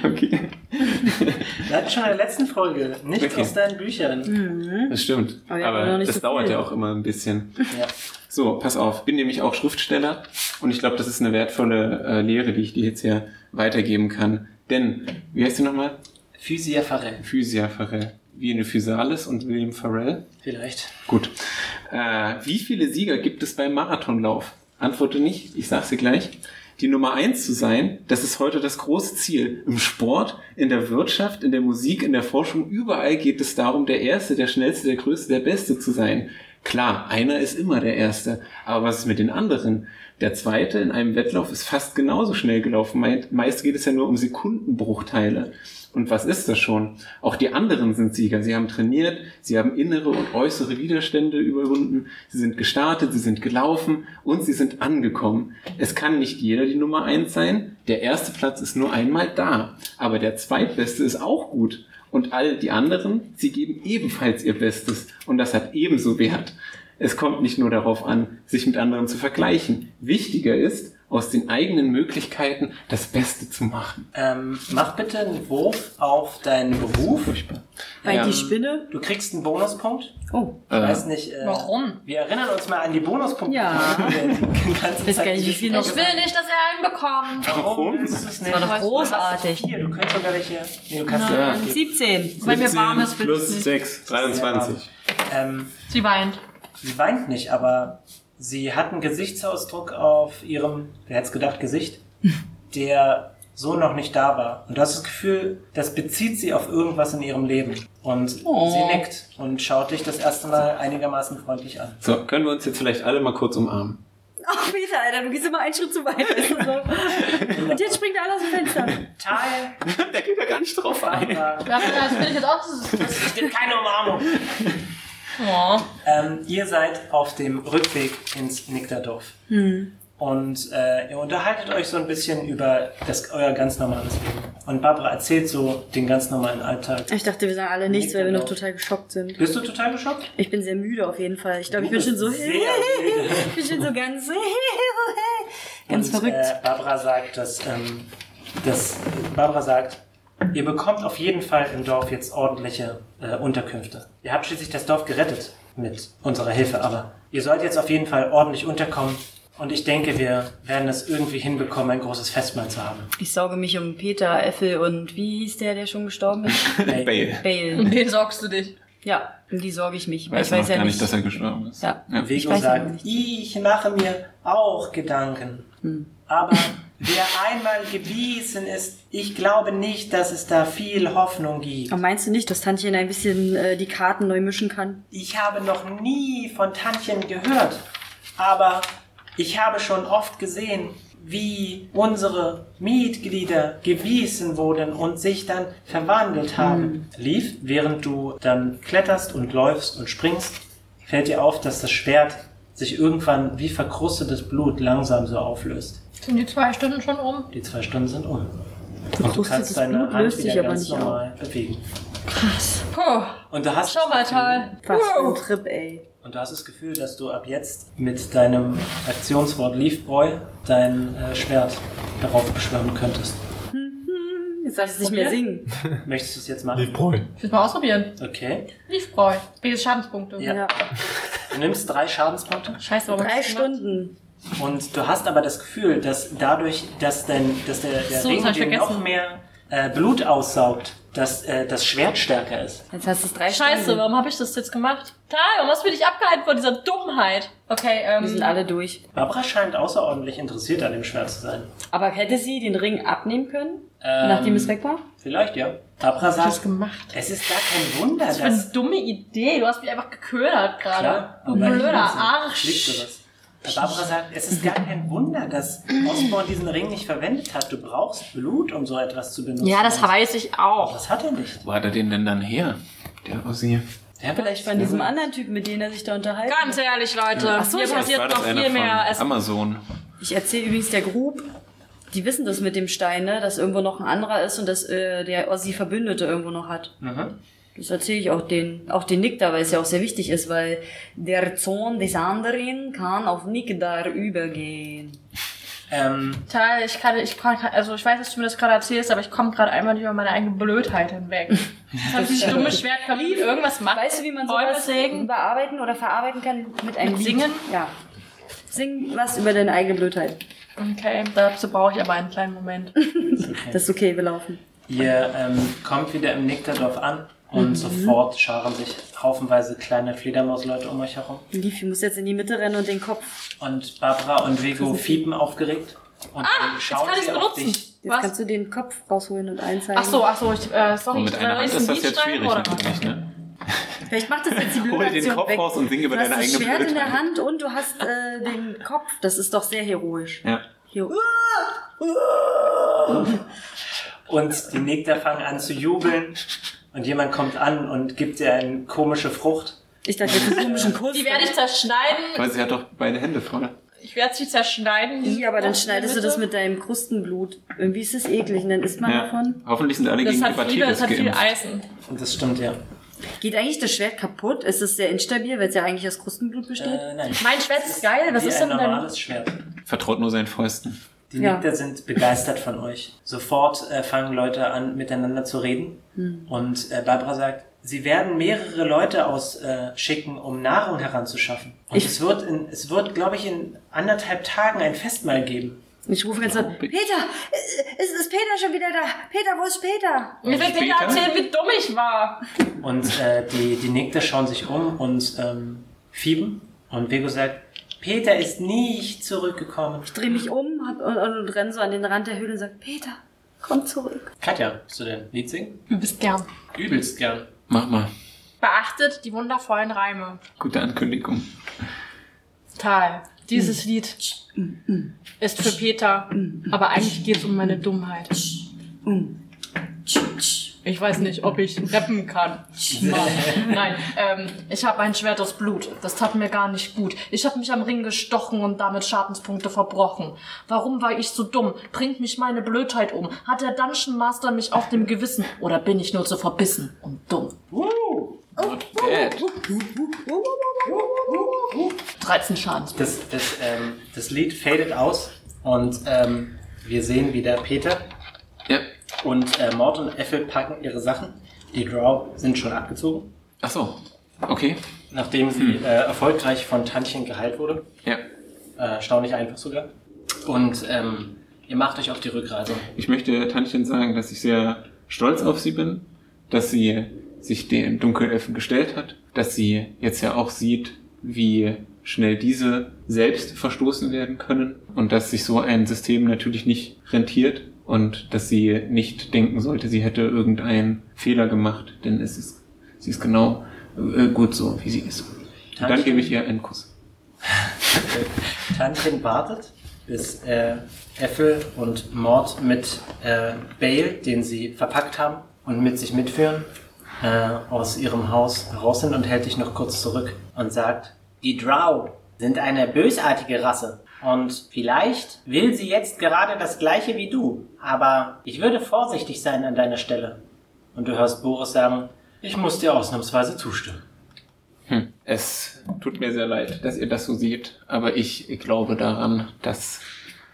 okay. Wir hatten schon in der letzten Folge nichts Okay. aus deinen Büchern. Hm. Das stimmt. Oh Aber wir haben noch Aber nicht das so dauert viel. ja auch immer ein bisschen. Ja. So, pass auf, bin nämlich auch Schriftsteller und ich glaube, das ist eine wertvolle äh, Lehre, die ich dir jetzt hier weitergeben kann. Denn, wie heißt du nochmal? Physia Farrell, Physia Farrell. Wie eine Physalis und William Farrell. vielleicht. Gut. Äh, wie viele Sieger gibt es beim Marathonlauf? Antworte nicht, ich sag's dir gleich. Die Nummer eins zu sein, das ist heute das große Ziel. Im Sport, in der Wirtschaft, in der Musik, in der Forschung, überall geht es darum, der Erste, der Schnellste, der Größte, der Beste zu sein. Klar, einer ist immer der Erste, aber was ist mit den anderen? Der Zweite in einem Wettlauf ist fast genauso schnell gelaufen. Mei- Meist geht es ja nur um Sekundenbruchteile. Und was ist das schon? Auch die anderen sind Sieger. Sie haben trainiert, sie haben innere und äußere Widerstände überwunden, sie sind gestartet, sie sind gelaufen und sie sind angekommen. Es kann nicht jeder die Nummer eins sein. Der erste Platz ist nur einmal da. Aber der zweitbeste ist auch gut. Und all die anderen, sie geben ebenfalls ihr Bestes. Und das hat ebenso Wert. Es kommt nicht nur darauf an, sich mit anderen zu vergleichen. Wichtiger ist, aus den eigenen Möglichkeiten das Beste zu machen. Ähm, mach bitte einen Wurf auf deinen Beruf. Furchtbar. Weil Ja. die Spinne. Du kriegst einen Bonuspunkt. Oh. Ich weiß nicht. Äh, Warum? Wir erinnern uns mal an die Bonuspunkte. Ja. die wir die ganze Ich weiß gar Zeit nicht, wie viel noch. Ich will nicht, dass er einen bekommt. Warum? willst du es nicht? Das war doch großartig. Hier, du könntest sogar welche. Nee, du kannst Nein. ja. 17. Weil mir warm ist, will plus ich nicht. 6, 23. Ähm, Sie weint. sie weint nicht, aber sie hat einen Gesichtsausdruck auf ihrem, wer hätte es gedacht, Gesicht, der so noch nicht da war. Und du hast das Gefühl, das bezieht sie auf irgendwas in ihrem Leben. Und Oh. sie nickt und schaut dich das erste Mal einigermaßen freundlich an. So, können wir uns jetzt vielleicht alle mal kurz umarmen? Ach, Peter, Alter, du gehst immer einen Schritt zu weit. weißt du, so. Und jetzt springt alle aus dem Fenster. Teil, Der geht ja gar nicht drauf aber Ja, Das finde ich jetzt auch. Das ist, das es gibt keine Umarmung. oh. Ähm, ihr seid auf dem Rückweg ins Nickderdorf. Und äh, ihr unterhaltet euch so ein bisschen über das, euer ganz normales Leben. Und Barbara erzählt so den ganz normalen Alltag. Ich dachte, wir sagen alle nichts, weil wir noch total geschockt sind. Bist du total geschockt? Ich bin sehr müde auf jeden Fall. Ich glaube, ich Du Oh, bin schon bist so. sehr müde. Ich bin schon so ganz. Ganz Und, verrückt. Äh, Barbara sagt, dass, ähm, dass Barbara sagt, ihr bekommt auf jeden Fall im Dorf jetzt ordentliche äh, Unterkünfte. Ihr habt schließlich das Dorf gerettet mit unserer Hilfe, aber ihr sollt jetzt auf jeden Fall ordentlich unterkommen. Und ich denke, wir werden es irgendwie hinbekommen, ein großes Festmahl zu haben. Ich sauge mich um Peter, Effel und wie hieß der, der schon gestorben ist? Bale. Bale. Um den sorgst du dich. Ja, um die sorge ich mich. weil Weiß, ich noch gar nicht, dass er gestorben ist. Ja. Ja. Ich Vego weiß ja sagt, nicht. Hm. ich mache mir auch Gedanken. Aber wer einmal gewiesen ist, ich glaube nicht, dass es da viel Hoffnung gibt. Aber meinst du nicht, dass Tantchen ein bisschen äh, die Karten neu mischen kann? Ich habe noch nie von Tantchen gehört, aber ich habe schon oft gesehen, wie unsere Mitglieder gewiesen wurden und sich dann verwandelt Hm. haben. Lief, während du dann kletterst und läufst und springst, fällt dir auf, dass das Schwert sich irgendwann wie verkrustetes Blut langsam so auflöst. Sind die zwei Stunden schon rum? Die zwei Stunden sind um. Und du Verkrustetes kannst deine Blut Hand löst sich wieder aber ganz nicht auf. normal bewegen. Puh, Und du hast schau mal, das Gefühl- Tal. Was für ein Wow. Trip, ey. Und du hast das Gefühl, dass du ab jetzt mit deinem Aktionswort Leafboy dein äh, Schwert darauf beschwören könntest. Jetzt darf ich es nicht mehr singen. Möchtest du es jetzt machen? Brüll. Ich will mal ausprobieren. Okay. Liefbräu. Wie Schadenspunkte? Ja. Du nimmst drei Schadenspunkte Scheiße, warum Drei hast du das gemacht? Stunden. und du hast aber das Gefühl, dass dadurch, dass, dein, dass der, der So, das Ring hab ich dir noch vergessen. mehr äh, Blut aussaugt, dass äh, das Schwert stärker ist. Jetzt hast du es drei Scheiße, Stunden. warum habe ich das jetzt gemacht? Tal, warum hast du mich abgehalten von dieser Dummheit? Okay, Wir sind ähm. alle durch. Barbara scheint außerordentlich interessiert an dem Schwert zu sein. Aber hätte sie den Ring abnehmen können, Ähm, nachdem es weg war? Vielleicht, ja. Barbara Was hast du sagt, gemacht? es ist gar kein Wunder, Das war eine dass... dumme Idee. Du hast mich einfach geködert gerade. Klar, Du aber blöder ich muss- Liegt Arsch. sowas. Barbara sagt, es ist gar kein Wunder, dass Osborn diesen Ring nicht verwendet hat. Du brauchst Blut, um so etwas zu benutzen. Oh, Ja, das weiß ich auch. Das hat er nicht. Wo hat er den denn dann her? Der Ossi. Ja, Vielleicht von diesem anderen Typen, mit dem er sich da unterhalten Ganz ehrlich, Leute. Ach so, Hier ich- War passiert das noch einer viel mehr. von Es Amazon. Ich erzähle übrigens der Grub, die wissen das mit dem Stein, ne? dass irgendwo noch ein anderer ist und dass äh, der Ossi Verbündete irgendwo noch hat. Mhm. Das erzähle ich auch den, auch den Nick da, weil es ja auch sehr wichtig ist, weil der Zorn des anderen kann auf Nick da übergehen. Ähm, Tal, ich kann, ich kann, also ich weiß, dass du mir das gerade erzählst, aber ich komme gerade einmal nicht über meine eigene Blödheit hinweg. Das hat dieses dumme Schwert kann man mit irgendwas machen. Weißt du, wie man Bäume sowas sägen? bearbeiten oder verarbeiten kann mit einem Mit Lied? Singen? Ja. Sing was über deine eigene Blödheit. Okay, dazu brauche ich aber einen kleinen Moment. Das ist okay, wir laufen. ihr ähm, kommt wieder im Nickerdorf an und Mhm. sofort scharen sich haufenweise kleine Fledermausleute um euch herum. Liefi muss jetzt in die Mitte rennen und den Kopf. Und Barbara und Vigo fiepen aufgeregt. Und ah, Jetzt kann ich es benutzen. Jetzt kannst Was? du den Kopf rausholen und einzeigen. Ach so, ach so, ich, äh, sorry. Und mit ich- einer äh, Hand ein ist das jetzt Liedschreiben, schwierig oder natürlich, ne? Vielleicht macht das jetzt die blöde Hol den Aktion Kopf weg. raus und sing über du deine hast das eigene Schwert in Blödheit. der Hand und du hast äh, den Kopf. Das ist doch sehr heroisch. Ja. Hero Und die Nickter fangen an zu jubeln. Und jemand kommt an und gibt dir eine komische Frucht. ich dachte, jetzt einen komischen Kuss. Die werde ich zerschneiden. Weil sie hat doch beide Hände voll. Ich werde sie zerschneiden. I, aber dann diese schneidest du das mit deinem Krustenblut. Irgendwie ist es eklig und dann isst man Ja. davon. Hoffentlich sind alle Das gegen hat, viel, das Hepatitis hat viel geimpft. Eisen. Und das stimmt ja. Geht eigentlich das Schwert kaputt? Ist es sehr instabil, weil es ja eigentlich aus Krustenblut besteht? Äh, nein. Mein Schwert ist geil. Was Wie ist ein denn mit deinem normales Schwert. Vertraut nur seinen Fäusten. Die Ja. Nickter sind begeistert von euch. Sofort äh, fangen Leute an, miteinander zu reden. Hm. Und äh, Barbara sagt, sie werden mehrere Leute ausschicken, äh, schicken, um Nahrung heranzuschaffen. Und Ich- es wird, in, es wird, glaube ich, in anderthalb Tagen ein Festmahl geben. Ich rufe ganz laut, Peter, äh, ist, ist Peter schon wieder da? Peter, wo ist Peter? Ich will Peter Also Später? erzählen, wie dumm ich war. Und äh, die, die Nickter schauen sich um und ähm, fieben. Und Vego sagt, Peter ist nicht zurückgekommen. Ich drehe mich um hab, und, und, und renne so an den Rand der Höhle und sage, Peter, komm zurück. Katja, willst du denn Lied singen? Du bist gern. Übelst gern. Mach mal. Beachtet die wundervollen Reime. Gute Ankündigung. Tal, dieses Lied ist für Peter, aber eigentlich geht es um meine Dummheit. Ich weiß nicht, ob ich rappen kann. Nein, ähm, ich habe ein Schwert aus Blut. Das tat mir gar nicht gut. Ich habe mich am Ring gestochen und damit Schadenspunkte verbrochen. Warum war ich so dumm? Bringt mich meine Blödheit um? Hat der Dungeon Master mich auf dem Gewissen? Oder bin ich nur zu verbissen und dumm? Not bad. 13 Schadenspunkte. Das, das, ähm, das Lied fadet aus und ähm, wir sehen wieder Peter Ja. und äh, Mord und Effel packen ihre Sachen. Die Drow sind schon abgezogen, Ach so. Okay. nachdem sie äh, erfolgreich von Tantchen geheilt wurde. Ja. Äh, erstaunlich einfach sogar. Und ähm, ihr macht euch auf die Rückreise. Ich möchte Tantchen sagen, dass ich sehr stolz auf sie bin, dass sie sich dem Dunkelelfen gestellt hat, dass sie jetzt ja auch sieht, wie schnell diese selbst verstoßen werden können und dass sich so ein System natürlich nicht rentiert und dass sie nicht denken sollte, sie hätte irgendeinen Fehler gemacht, denn es ist, sie ist genau äh, gut so, wie sie ist. Und dann Danke. gebe ich ihr einen Kuss. Tantrin wartet, bis äh, Äffel und Mord mit äh, Bale, den sie verpackt haben und mit sich mitführen, äh, aus ihrem Haus raus sind und hält dich noch kurz zurück und sagt, die Drow sind eine bösartige Rasse. Und vielleicht will sie jetzt gerade das gleiche wie du, aber ich würde vorsichtig sein an deiner Stelle. Und du hörst Boris sagen, ich muss dir ausnahmsweise zustimmen. Hm. Es tut mir sehr leid, dass ihr das so seht, aber ich glaube daran, dass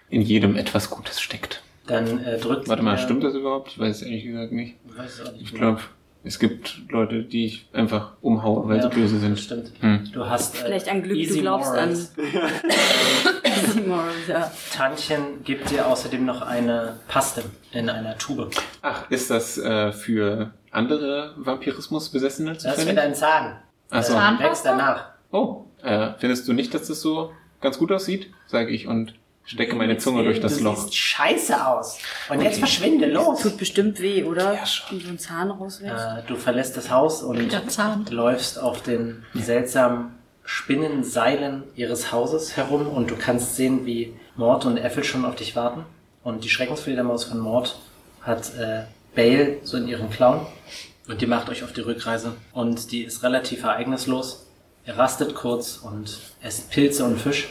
in jedem etwas Gutes steckt. Dann äh, drückt Warte mal, sie, äh, stimmt das überhaupt? Ich weiß es ehrlich gesagt nicht. Weiß auch nicht Ich mehr. glaube, es gibt Leute, die ich einfach umhaue, weil Ja, sie böse das sind. Stimmt. Hm. Du hast äh, Vielleicht an Glück, easy du glaubst morals. an. Easy Morals, ja. Tantchen gibt dir außerdem noch eine Paste in einer Tube. Ach, ist das äh, für andere Vampirismus-Besessene Das ist für zufällig? deinen Zahn. Äh, Ach so. Zahn? Wächst danach. Oh, äh, findest du nicht, dass das so ganz gut aussieht? Sage ich und stecke meine Zunge durch das Äh, du Loch. Siehst scheiße aus. Und jetzt Okay. verschwinde, los. Tut bestimmt weh, oder? Ja, schon. Wenn so ein Zahn rauswächst. Äh, du verlässt das Haus und Der Zahn. läufst auf den seltsamen Spinnenseilen ihres Hauses herum und du kannst sehen, wie Mord und Äffel schon auf dich warten. Und die Schreckensfledermaus von Mord hat äh, Bale so in ihren Klauen und die macht euch auf die Rückreise. Und die ist relativ ereignislos. Ihr rastet kurz und esst Pilze und Fisch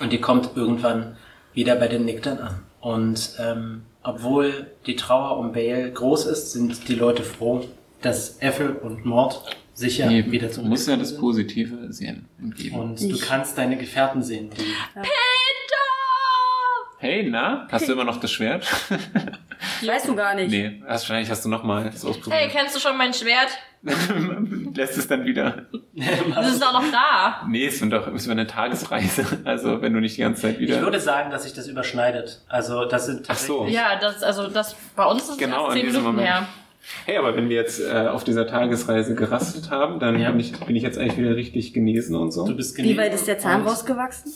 und die kommt irgendwann wieder bei den Niktern an. Und ähm, obwohl die Trauer um Bale groß ist, sind die Leute froh, dass Äffel und Mord sicher Eben. wieder Du zum musst ja das Positive sehen im Leben. Und du kannst deine Gefährten sehen. Die Hey, na? Hast du immer noch das Schwert? Weißt du gar nicht. nee, hast, wahrscheinlich hast du nochmal es Hey, ausprobiert. kennst du schon mein Schwert? Lässt es dann wieder. Das ist auch noch da. Nee, es sind doch es war eine Tagesreise. Also, wenn du nicht die ganze Zeit wieder. ich würde sagen, dass sich das überschneidet. Also das sind Ach so. tatsächlich- Ja, das, also das, bei uns ist es Genau, erst in zehn diesem Minuten Moment. her. hey, aber wenn wir jetzt äh, auf dieser Tagesreise gerastet haben, dann Ja. bin, ich, bin ich jetzt eigentlich wieder richtig genesen und so. Du bist Wie genesen weit ist der Zahn und, rausgewachsen?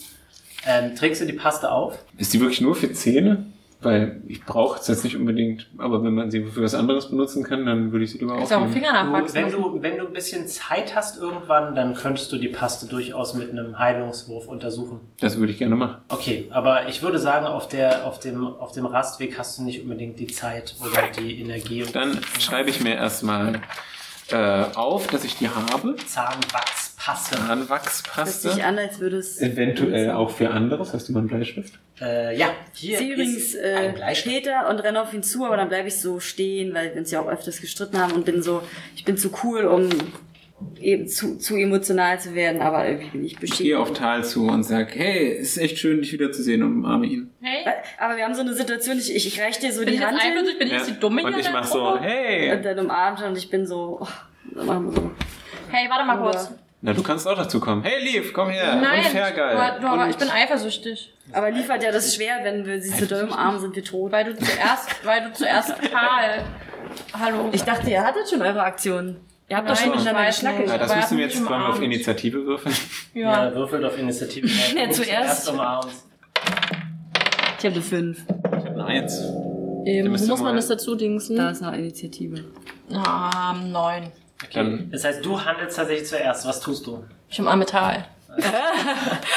Ähm, trägst du die Paste auf? Ist die wirklich nur für Zähne? Weil ich brauche es jetzt nicht unbedingt, aber wenn man sie für was anderes benutzen kann, dann würde ich sie lieber Kannst du auch einen Ah, aufnehmen. Finger Du, wenn, nachwachsen. lassen. du, wenn du ein bisschen Zeit hast irgendwann, dann könntest du die Paste durchaus mit einem Heilungswurf untersuchen. Das würde ich gerne machen. Okay, aber ich würde sagen, auf, der, auf, dem, auf dem Rastweg hast du nicht unbedingt die Zeit oder die Energie. Dann schreibe ich mir erstmal äh, auf, dass ich die habe. Zahnwachspaste. Hört sich Zahnwachspaste. an, als würde es. Äh, Eventuell auch für anderes. Hast du mal einen Bleistift? Äh, ja, hier Sie übrigens ist ein äh, Bleistift. steht da und renne auf ihn zu, aber dann bleibe ich so stehen, weil wir uns ja auch öfters gestritten haben und bin so, ich bin zu cool, um eben zu, zu emotional zu werden, aber irgendwie bin ich Ich gehe beschädigt. auf Tal zu und sag, hey, ist echt schön, dich wiederzusehen und umarme ihn. Hey, Aber wir haben so eine Situation, ich, ich, ich reiche dir so bin ich die jetzt Hand hin eifersüchtig? Bin ich jetzt die Dumme und hier ich in der mach so, Gruppe? und hey. dann umarmt er und ich bin so, oh, dann machen wir so. Hey, warte mal kurz. Na, du kannst auch dazu kommen. Hey, Liv, komm her. Nein, und Fergal. du, du, aber und ich bin eifersüchtig. Aber liefert ja das schwer, wenn wir sie zu doll umarmen, sind wir tot. Weil du zuerst, weil du zuerst Karl. Hallo. Ich dachte, ihr hattet schon eure Aktionen. Ihr habt doch Nein, schon ich miteinander weiß geschnackelt. ja, Ah, das aber müssen wir hab jetzt mich wollen wir auf umarmt. Initiative würfeln. Ja, ja. würfelt auf Initiative. Ja, zuerst. umarmt. Ich habe eine 5. Eins. Ähm, müsst wo ihr muss man mal- das dazu dingsen? Da ist noch Initiative. Ah, neun. Okay. Das heißt, du handelst tatsächlich zuerst. Was tust du? Ich umarme Tal.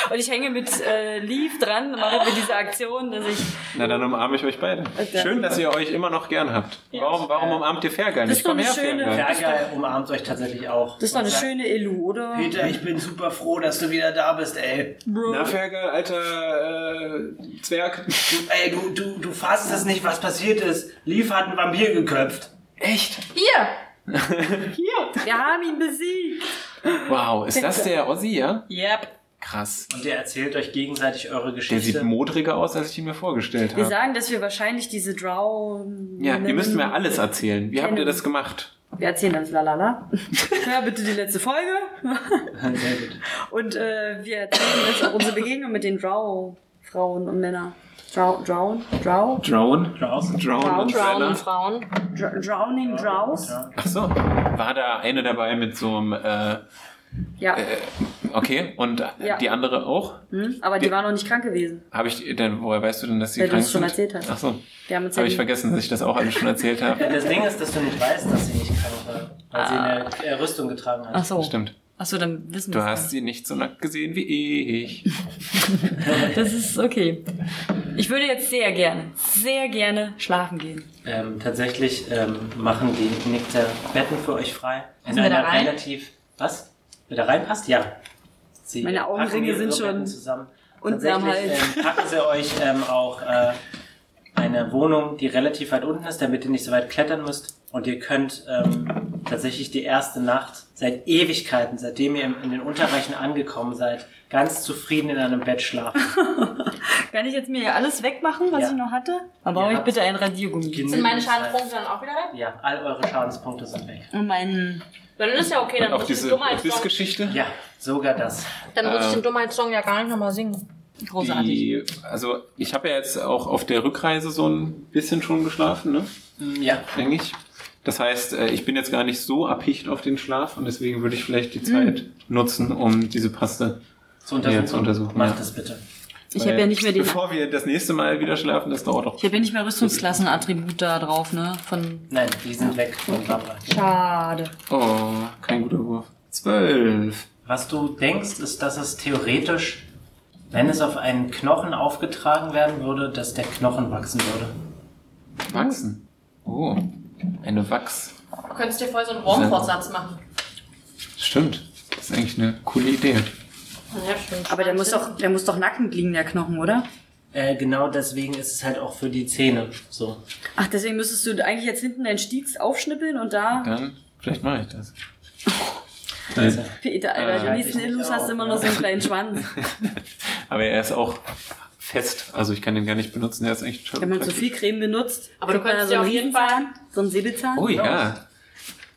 Und ich hänge mit äh, Leaf dran, mache mir diese Aktion, dass ich Na, dann umarme ich euch beide. Okay. Schön, dass ihr euch immer noch gern habt. Warum, warum umarmt ihr Fergal Das nicht? ist doch Komm eine her, schöne Fergal. Berger umarmt euch tatsächlich auch. Das ist doch Und eine sagt, schöne Illu, oder? Peter, ich bin super froh, dass du wieder da bist, ey. Na, Fergal, alter äh, Zwerg. Ey, du, du, du fasst es nicht, was passiert ist. Lief hat einen Vampir geköpft. Echt? Hier! Wir haben ihn besiegt. Wow, ist das der Ossi, ja? Yep. Krass. Und der erzählt euch gegenseitig eure Der Geschichte. sieht modriger aus, als ich ihn mir vorgestellt habe. Wir sagen, dass wir wahrscheinlich diese Drow... Ja, ihr müsst mir alles erzählen. Wie habt ihr das gemacht? Wir erzählen das, lalala. Hör bitte die letzte Folge. Sehr gut. Und äh, wir erzählen jetzt auch unsere Begegnung mit den Drow-Frauen und Männern. Drow, drown, drow, Drone? Draußen. Drone und Drowning Thriller? Frauen. Dr drowning Drows? Ja. Ach so. War da eine dabei mit so einem, äh, Ja. äh, okay, und Ja. die andere auch? Hm? Aber die Ja. war noch nicht krank gewesen. Habe ich, denn, woher weißt du denn, dass die Weil du krank es schon sind? erzählt hast. Ach so. Wir haben uns Habe ja ich die- vergessen, dass ich das auch alles schon erzählt habe. Das Ding ist, dass du nicht weißt, dass sie nicht krank war, weil sie eine äh, Rüstung getragen hat. Ah. Ach so. Stimmt. Ach so, dann wissen wir Du hast sie nicht so nackt gesehen wie ich. Das ist okay. Ich würde jetzt sehr gerne, sehr gerne schlafen gehen. Ähm, tatsächlich ähm, machen die Nickter Betten für euch frei. In Passen wir da einer rein? relativ. Was? Wer da reinpasst? Ja. Sie Meine Augenringe packen ihre sind schon Betten zusammen. unterm Tatsächlich, Hals. Ähm, packen sie euch ähm, auch äh, eine Wohnung, die relativ weit unten ist, damit ihr nicht so weit klettern müsst. Und ihr könnt ähm, tatsächlich die erste Nacht seit Ewigkeiten, seitdem ihr in, in den Unterreichen angekommen seid, ganz zufrieden in einem Bett schlafen. Kann ich jetzt mir alles wegmachen, was Ja. ich noch hatte? Dann brauche Ja. Genau. ich bitte ein Radiergummi. Sind meine Schadenspunkte dann auch wieder weg? Ja, all eure Schadenspunkte sind weg. Und meinen. Dann ist ja okay, dann Auch muss ich den diese Dummheitssong Bissgeschichte? Ja, sogar das. dann muss ich Ähm. den Dummheitssong ja gar nicht nochmal singen. Großartig. Die, also ich habe ja jetzt auch auf der Rückreise so ein bisschen schon geschlafen, ne? Hm, Ja, denke ich. Das heißt, äh, ich bin jetzt gar nicht so abhicht auf den Schlaf und deswegen würde ich vielleicht Hm. die Zeit nutzen, um diese Paste. zu untersuchen. Ja, zu untersuchen, Macht ja. das bitte. Ich Weil habe ja nicht mehr den. Bevor wir das nächste Mal wieder schlafen, das dauert doch. Ich habe ja nicht mehr Rüstungsklassenattribut da drauf, ne? Von. Nein, die sind weg von Barbara. Schade. Oh, kein guter Wurf. Zwölf. Was du denkst, ist, dass es theoretisch, wenn es auf einen Knochen aufgetragen werden würde, dass der Knochen wachsen würde. Wachsen. Oh, eine Wachs. Du könntest dir voll so einen Raumfortsatz machen. Stimmt. Das ist eigentlich eine coole Idee. Ja, stimmt. Aber der muss doch, der muss doch nackend liegen, der Knochen, oder? Äh, genau deswegen ist es halt auch für die Zähne so. Ach, deswegen müsstest du eigentlich jetzt hinten deinen Stieks aufschnippeln und da. Dann, vielleicht mache ich das. Also, Peter, Alter, Äh, die nächsten weiß ich Illus nicht hast auch, du immer ne? noch so einen kleinen Schwanz. Aber er ist auch fest. Also ich kann den gar nicht benutzen. Er ist eigentlich schon. Wenn man zu viel Creme benutzt. Aber du kriegt man könntest da ja so auf einen jeden Fall. Riesenzahn, So einen Säbelzahn. Oh ja.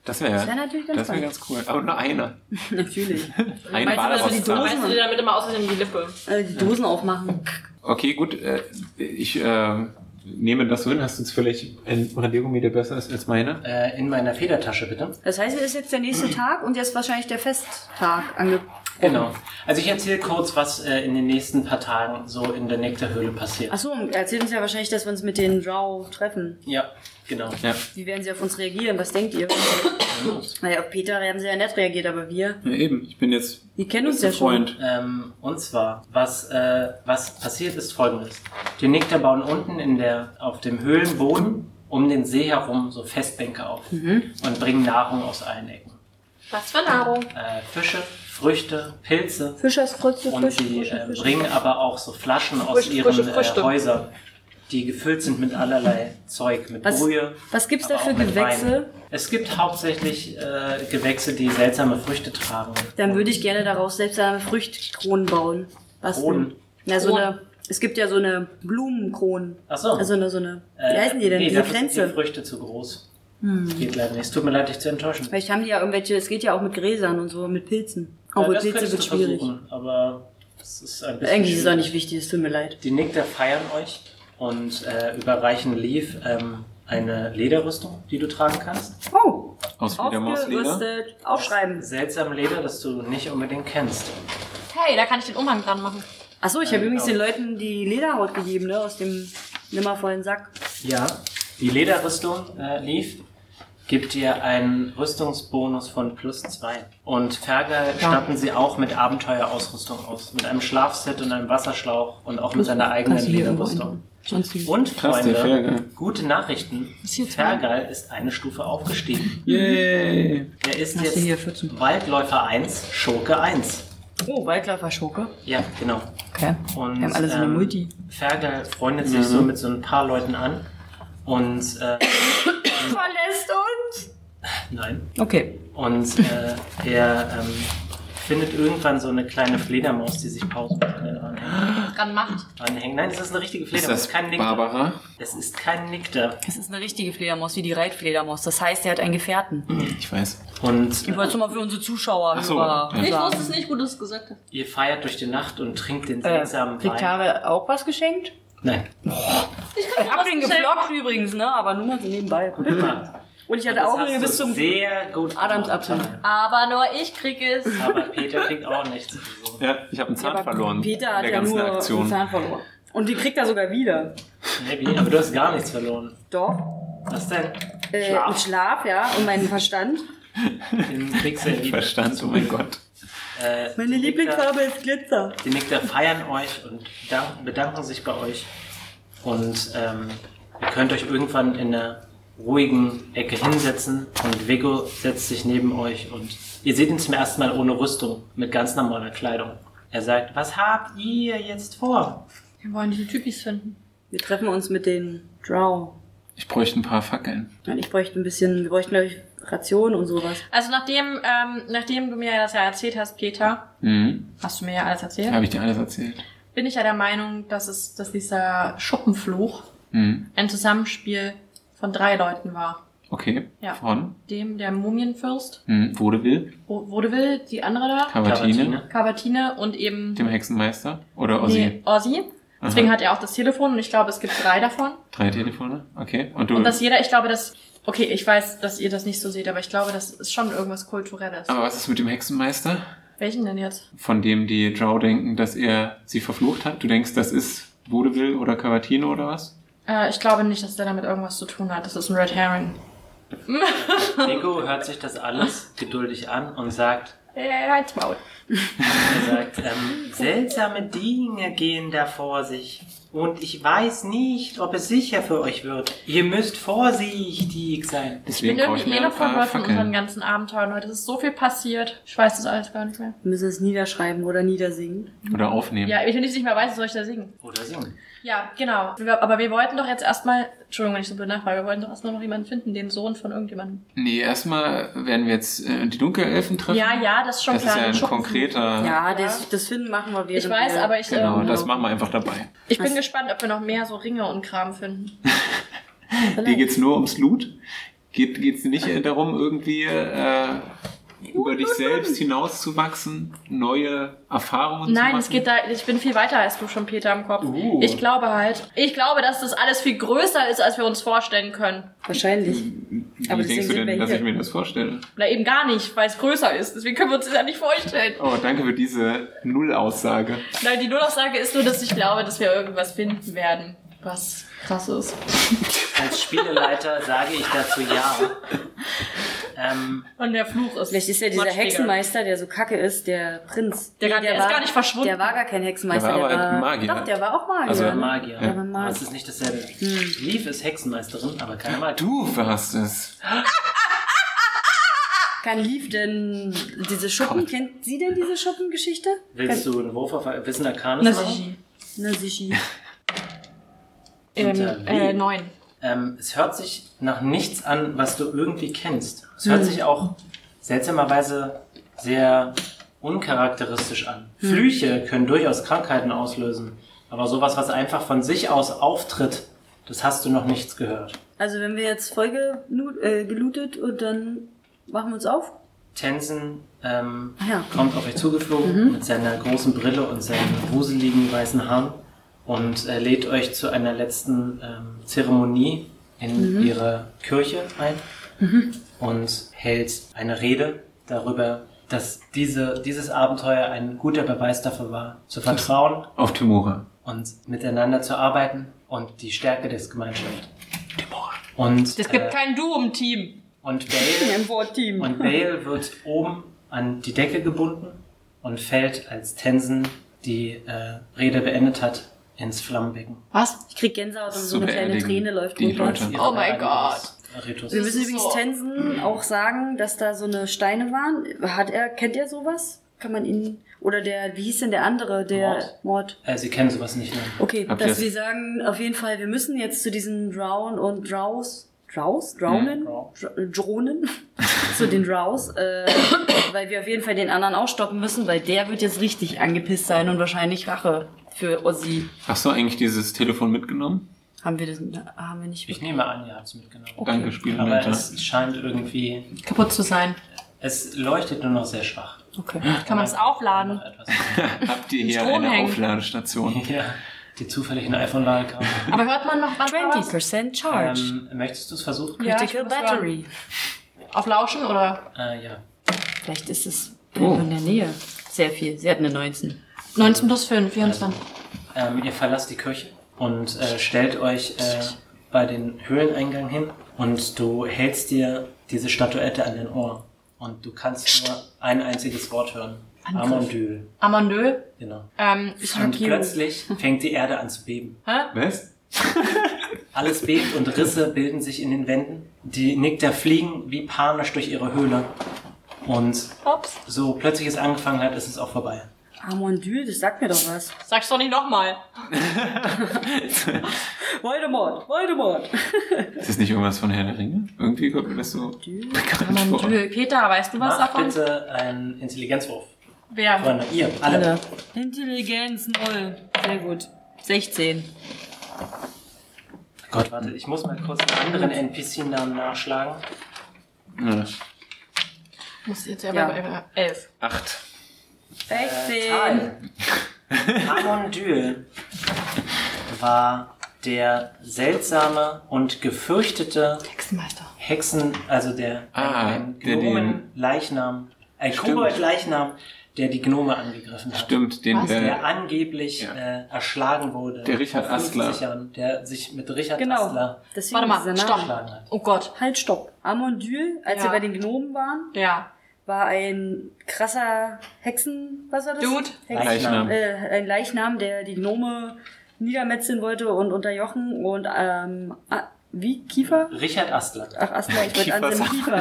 Das wäre Das wär natürlich ganz Das wäre ganz cool. Aber nur einer. Natürlich. Ein Meinst du, dass wir die Badewasser. Dosen- Weißt du dir damit immer außerdem die Lippe? Äh, die Dosen aufmachen. Okay, gut. Äh, ich äh, nehme das so hin. Hast du jetzt vielleicht ein Radiergummi, der besser ist als meiner? äh, in meiner Federtasche bitte. Das heißt, es ist jetzt der nächste Tag und jetzt wahrscheinlich der Festtag angekommen. Genau. Also ich erzähle kurz, was äh, in den nächsten paar Tagen so in der Nektarhöhle passiert. Achso, er erzählt uns ja wahrscheinlich, dass wir uns mit den Drow treffen. Ja, genau. Ja. Wie werden sie auf uns reagieren? Was denkt ihr? Naja, auf Peter haben sie ja nett reagiert, aber wir, ja, eben. Ich bin jetzt wir kennen uns ja ein schon. Freund. Ähm, und zwar, was, äh, was passiert ist folgendes. Die Nickter bauen unten in der, auf dem Höhlenboden um den See herum so Festbänke auf Mhm. und bringen Nahrung aus allen Ecken. Was für Nahrung? Äh, Fische, Früchte, Pilze Fischerskreuzchen, und sie äh, bringen aber auch so Flaschen aus Frisch- ihren frische äh, Früchte. Häusern, die gefüllt sind mit allerlei Zeug, mit Was- Brühe. was gibt's aber da für auch mit Gewächse? Wein. Es gibt hauptsächlich äh, Gewächse, die seltsame Früchte tragen. Dann würde ich gerne daraus selbst eine Früchtkronen bauen. Was Kronen? Na, so Kronen. eine, es gibt ja so eine Blumenkronen. Ach so. Also eine, so eine, Äh, wie heißen die Hm. denn? Nee, Diese dafür sind die Pflänze. Früchte zu groß. Geht leider nicht. Es tut mir leid, dich zu enttäuschen. Vielleicht haben die ja irgendwelche, es geht ja auch mit Gräsern und so, mit Pilzen. Äh, Obwohl das Pilze könntest wird du schwierig. versuchen, aber es ist ein bisschen. Eigentlich ist es auch schwierig. nicht wichtig, es tut mir leid. Die Nickter feiern euch und äh, überreichen Leaf ähm, eine Lederrüstung, die du tragen kannst. Oh, Aus Fledermausleder. aufgerüstet. Aufschreiben. Seltsam Leder, das du nicht unbedingt kennst. Hey, da kann ich den Umhang dran machen. Achso, ich habe Ähm, übrigens auch. den Leuten die Lederhaut gegeben, ne? Aus dem nimmervollen Sack. Ja. Die Lederrüstung äh, Leaf gibt dir einen Rüstungsbonus von plus zwei. Und Ferger statten sie auch mit Abenteuerausrüstung aus. Mit einem Schlafset und einem Wasserschlauch und auch mit seiner eigenen Kannst du hier irgendwo Lederrüstung. einen- Sonst nicht. Und Krass, der Fergal. Freunde, gute Nachrichten. jetzt Fergal ist eine Stufe aufgestiegen. Yay. Er ist Hast du jetzt hier 14? Waldläufer 1, Schurke 1. Oh, Waldläufer Schoke. Ja, genau. Okay. Und Wir haben alle so eine Multi. Fergal freundet sich so Mhm. mit so ein paar Leuten an. Und äh, Verlässt uns! nein. Okay. Und äh, er ähm, findet irgendwann so eine kleine Fledermaus, die sich pausenlos an den Rand Dran macht. anhängt. Nein, das ist eine richtige Ist Fledermaus, das kein Nickter. Barbara? Es ist kein Nickter. Es ist eine richtige Fledermaus, wie die Reitfledermaus. Das heißt, er hat einen Gefährten. Ich weiß. Und Ich wollte es mal für unsere Zuschauer Ach so. Hörer, Ja. Ich sagen. wusste es nicht, wo du es gesagt hast. ihr feiert durch die Nacht und trinkt den Äh, seltsamen kriegt Wein. Tara auch was geschenkt? Nein. Ich hab den geflockt übrigens, ne? Aber nur mal so nebenbei. Und ich hatte Das Augenringe hast bis du zum sehr gut Adams Apfel. gemacht. Aber nur ich krieg es. Aber Peter kriegt auch nichts. So. Ja, ich habe einen Zahn verloren. Peter in hat der ja ganzen nur einen Aktion. Zahn verloren. Und die kriegt er sogar wieder. Maybe, aber du hast gar nichts verloren. Doch. Was denn? Äh, Schlaf. Schlaf. Und Schlaf, ja. Und meinen Verstand. Den kriegst du ja lieb. Verstand, oh mein Gott. Äh, die Nickler- ist Glitzer. Die Nickler feiern euch und danken, bedanken sich bei euch. Und ähm, ihr könnt euch irgendwann in einer ruhigen Ecke hinsetzen. Und Vigo setzt sich neben euch und ihr seht ihn zum ersten Mal ohne Rüstung, mit ganz normaler Kleidung. Er sagt, was habt ihr jetzt vor? Wir wollen diese Typis finden. Wir treffen uns mit den Drow. Ich bräuchte ein paar Fackeln. Ja, Ich bräuchte ein bisschen, wir bräuchten, glaube ich, Rationen und sowas. Also nachdem, ähm, nachdem du mir das ja erzählt hast, Peter, Mhm. hast du mir ja alles erzählt, Habe ich dir alles erzählt? bin ich ja der Meinung, dass es, dass dieser Schuppenfluch Mhm. ein Zusammenspiel von drei Leuten war. Okay. Ja. Von Dem der Mumienfürst, mhm. Vaudeville, Wo- Vaudeville, die andere da, Cavatine, Cavatine. Cavatine und eben dem Hexenmeister oder Ossi. Nee, Ozzy. Deswegen Aha. hat er auch das Telefon und ich glaube, es gibt drei davon. Drei Telefone? Okay. Und du. Und dass jeder, ich glaube, dass. Okay, ich weiß, dass ihr das nicht so seht, aber ich glaube, das ist schon irgendwas Kulturelles. aber was ist mit dem Hexenmeister, Welchen denn jetzt? von dem die Drow denken, dass er sie verflucht hat? Du denkst, das ist Vaudeville oder Cavatine oder was? Äh, ich glaube nicht, dass der damit irgendwas zu tun hat. Das ist ein Red Herring. Vigo hört sich das alles geduldig an und sagt, Äh, halt's Maul. Er sagt, ähm, seltsame Dinge gehen da vor sich. Und ich weiß nicht, ob es sicher für euch wird. Ihr müsst vorsichtig sein. Ich bin Deswegen brauche ich irgendwie eh mir ein noch paar verwirrt von unseren Fackeln. ganzen Abenteuern heute. Es ist so viel passiert. Ich weiß das alles gar nicht mehr. Wir müssen es niederschreiben oder niedersingen. Oder aufnehmen. Ja, ich will nicht mehr weiß, was soll ich da singen? Oder singen. Ja, genau. Wir, aber wir wollten doch jetzt erstmal. Entschuldigung, wenn ich so blöd nachfrage. Wir wollten doch erstmal noch jemanden finden, den Sohn von irgendjemandem. Nee, erstmal werden wir jetzt äh, die Dunkelelfen treffen. Ja, ja, das ist schon Das ist klar. ja den ein Schupfen. konkreter. Ja, das, das finden machen wir wieder. Ich weiß, aber ich, Genau, ähm, das machen wir einfach dabei. ich bin Was? gespannt, ob wir noch mehr so Ringe und Kram finden. Hier geht's nur ums Loot. Geht geht's nicht äh, darum, irgendwie äh, über dich selbst hinauszuwachsen, neue Erfahrungen zu machen? Nein, es geht da, ich bin viel weiter als du schon, Peter, im Kopf. Uh. Ich glaube halt, ich glaube, dass das alles viel größer ist, als wir uns vorstellen können. Wahrscheinlich. Wie Aber deswegen denkst du sind wir denn, dass hier. ich mir das vorstelle? Oder eben gar nicht, weil es größer ist. Deswegen können wir uns das ja nicht vorstellen. Oh, danke für diese Nullaussage. Nein, die nur noch sage ist nur, dass ich glaube, dass wir irgendwas finden werden, was krass ist. Als Spieleleiter sage ich dazu ja. Ähm, Und der Fluch ist. Vielleicht ist ja dieser much bigger. Hexenmeister, der so kacke ist, der Prinz. Der gar- der ist gar nicht verschwunden. Der war gar kein Hexenmeister. Der war aber Magier. Doch, der war auch Magier. Also- der Magier. Ja, aber Magier. Aber es ist nicht dasselbe. Leaf ist Hexenmeisterin, aber keine Magier. Du warst es. Kann Lief denn diese Schuppen, kennt sie denn diese Schuppengeschichte? Willst du einen Wurf auf Wissen Na, Arcanis machen? Sigi. Na, Sichi. Ähm, äh, neun. Ähm, es hört sich nach nichts an, was du irgendwie kennst. Es hört sich auch seltsamerweise sehr uncharakteristisch an. Flüche können durchaus Krankheiten auslösen, aber sowas, was einfach von sich aus auftritt, das hast du noch nichts gehört. Also wenn wir jetzt voll genu- äh, gelootet und dann machen wir uns auf. Tensen ähm, Ah ja. Mhm. kommt auf euch zugeflogen mit seiner großen Brille und seinen wuseligen weißen Haaren und äh, lädt euch zu einer letzten ähm, Zeremonie Mhm. in ihre Kirche ein und hält eine Rede darüber, dass diese, dieses Abenteuer ein guter Beweis dafür war, zu vertrauen Auf Timura. und miteinander zu arbeiten und die Stärke des Gemeinschaft. Und, Es gibt äh, kein Du im Team. und Bale Im Wortteam. und Bale wird oben an die Decke gebunden und fällt, als Tensen die äh, Rede beendet hat, ins Flammenbecken. Was? Ich krieg Gänsehaut und so Zu eine kleine beerdigen, Träne läuft die runter. Leute. Ihre mein Reinigungs- Ritus. Wir müssen ist übrigens so. Tensen auch sagen, dass da so eine Steine waren. Hat er, kennt er sowas? Kann man ihn, oder der, wie hieß denn der andere, der Mord? Äh, Sie kennen sowas nicht, ne? Okay, Habt dass ihr- wir sagen, auf jeden Fall, wir müssen jetzt zu diesen Drown und Drows, Drows? Drownen? Drow. Dr- Drohnen? zu den Drows, äh, weil wir auf jeden Fall den anderen auch stoppen müssen, weil der wird jetzt richtig angepisst sein und wahrscheinlich Rache für Ozzy. Hast du eigentlich dieses Telefon mitgenommen? Haben wir das, haben wir nicht. Ich nehme an, ihr habt es mitgenommen. Danke, Aber Spielleiter. es scheint irgendwie, Kaputt zu sein. es leuchtet nur noch sehr schwach. Okay. Kann man es Aber aufladen? noch etwas. Habt ihr hier Strom eine hängen. Aufladestation? Ja. die zufällig in der iPhone-Lage kam. Aber hört man noch was? 20% charged. ähm, möchtest du es versuchen? Ja, ich Critical muss Battery. Auf Lauschen oder? Äh, ja. Vielleicht ist es Oh. in der Nähe. Sehr viel. Sie hat eine 19. 19 plus 5, 24. Ähm, ihr verlasst die Kirche und äh, stellt euch äh, bei den Höhleneingang hin und du hältst dir diese Statuette an den Ohr und du kannst nur ein einziges Wort hören. Amandül. Amandö, Genau. ähm, ich hab Und hier. plötzlich fängt die Erde an zu beben. Was? Alles bebt und Risse bilden sich in den Wänden. Die Nickter fliegen wie panisch durch ihre Höhle. Und Ups. so plötzlich es angefangen hat, ist es auch vorbei. Amandül, das sagt mir doch was. Sag's doch nicht nochmal. Voldemort, Voldemort. Ist das nicht irgendwas von Herr der Ringe? Irgendwie kommt mir das so bekannt vor. Amandö, Peter, weißt du was Macht davon? bitte einen Intelligenzwurf. Wer? Freunde, ihr, alle. Intelligenz 0. Sehr gut. 16. Gott, warte, ich muss mal kurz einen anderen NPC-Namen nachschlagen. Ja. Muss jetzt Ja. ja. Elf. Acht. 16. Äh, Tal. Amondül war der seltsame und gefürchtete Hexenmeister. Hexen, also der Ah, ein der den- Gnomen-Leichnam, ein Stimmt. Kobold-Leichnam, äh, der die Gnome angegriffen hat. Stimmt, den Was? der äh, angeblich Ja. äh, erschlagen wurde. Der Richard vor 50 Astler. Jahren, der sich mit Richard Genau. Astler Deswegen Warte ist der mal, Name- stopp. erschlagen hat. Oh Gott. Halt, stopp. Amandül, als Ja. wir bei den Gnomen waren, Ja. war ein krasser Hexen... Was war das? Dude. Hexen, Leichnam. äh, ein Leichnam, der die Gnome niedermetzeln wollte und unterjochen und, ähm, ah, wie? Kiefer? Richard Astler. Ach, Asla, ich wollte an seinem Kiefer.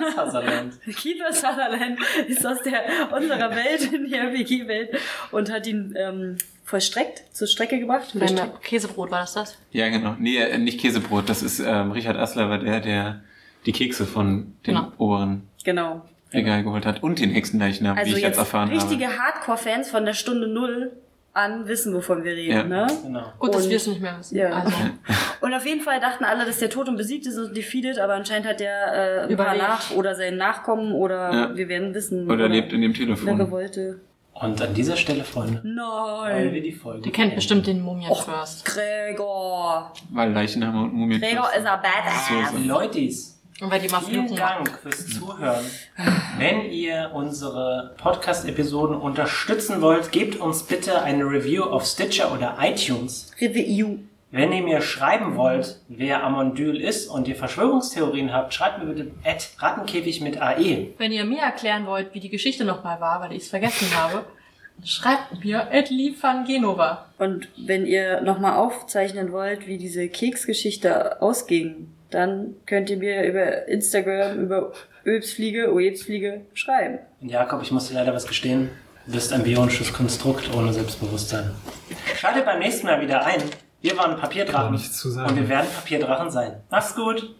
Kiefer Sutherland. Kiefer Sutherland ist aus der, unserer Welt, in der WG-Welt und hat ihn ähm, vollstreckt, zur Strecke gebracht. Deine Käsebrot, war das das? Ja, genau. Nee, äh, nicht Käsebrot. Das ist ähm, Richard Assler, war der, der die Kekse von dem Genau. oberen Genau. Regal geholt hat. Und den Hexenleichnam, Also wie ich jetzt jetzt erfahren richtige habe. Hardcore-Fans von der Stunde Null an wissen, wovon wir reden, ne? Ja. Genau. Gut, dass Und- wir es nicht mehr wissen. Ja. Also, Und auf jeden Fall dachten alle, dass der tot und besiegt ist und defeated, aber anscheinend hat der äh, ein Überlebt. paar Nach- oder seinen Nachkommen oder Ja. wir werden wissen. Oder lebt in dem Telefon. Wer wollte. Und an dieser Stelle, Freunde, wollen wir Nein. die Folge. ihr kennt bestimmt den Mumien First. Gregor. Weil Leichname und Mumien. Gregor ist ein Badass. So ist er. Leutis. Und wer die mal Vielen fluchen mag. Dank fürs Zuhören. Wenn ihr unsere Podcast-Episoden unterstützen wollt, gebt uns bitte eine Review auf Stitcher oder iTunes. Review. Wenn ihr mir schreiben wollt, wer Amondül ist und ihr Verschwörungstheorien habt, schreibt mir bitte at Rattenkäfig mit E. AE. Wenn ihr mir erklären wollt, wie die Geschichte nochmal war, weil ich es vergessen habe, schreibt mir at liefern Genova. Und wenn ihr nochmal aufzeichnen wollt, wie diese Keksgeschichte ausging, dann könnt ihr mir über Instagram, über Öbsfliege, Oebsfliege schreiben. Und Jakob, ich muss dir leider was gestehen. Du bist ein bionisches Konstrukt ohne Selbstbewusstsein. Schaltet beim nächsten Mal wieder ein. Wir waren Papierdrachen nichts zu sagen. und wir werden Papierdrachen sein. Macht's gut.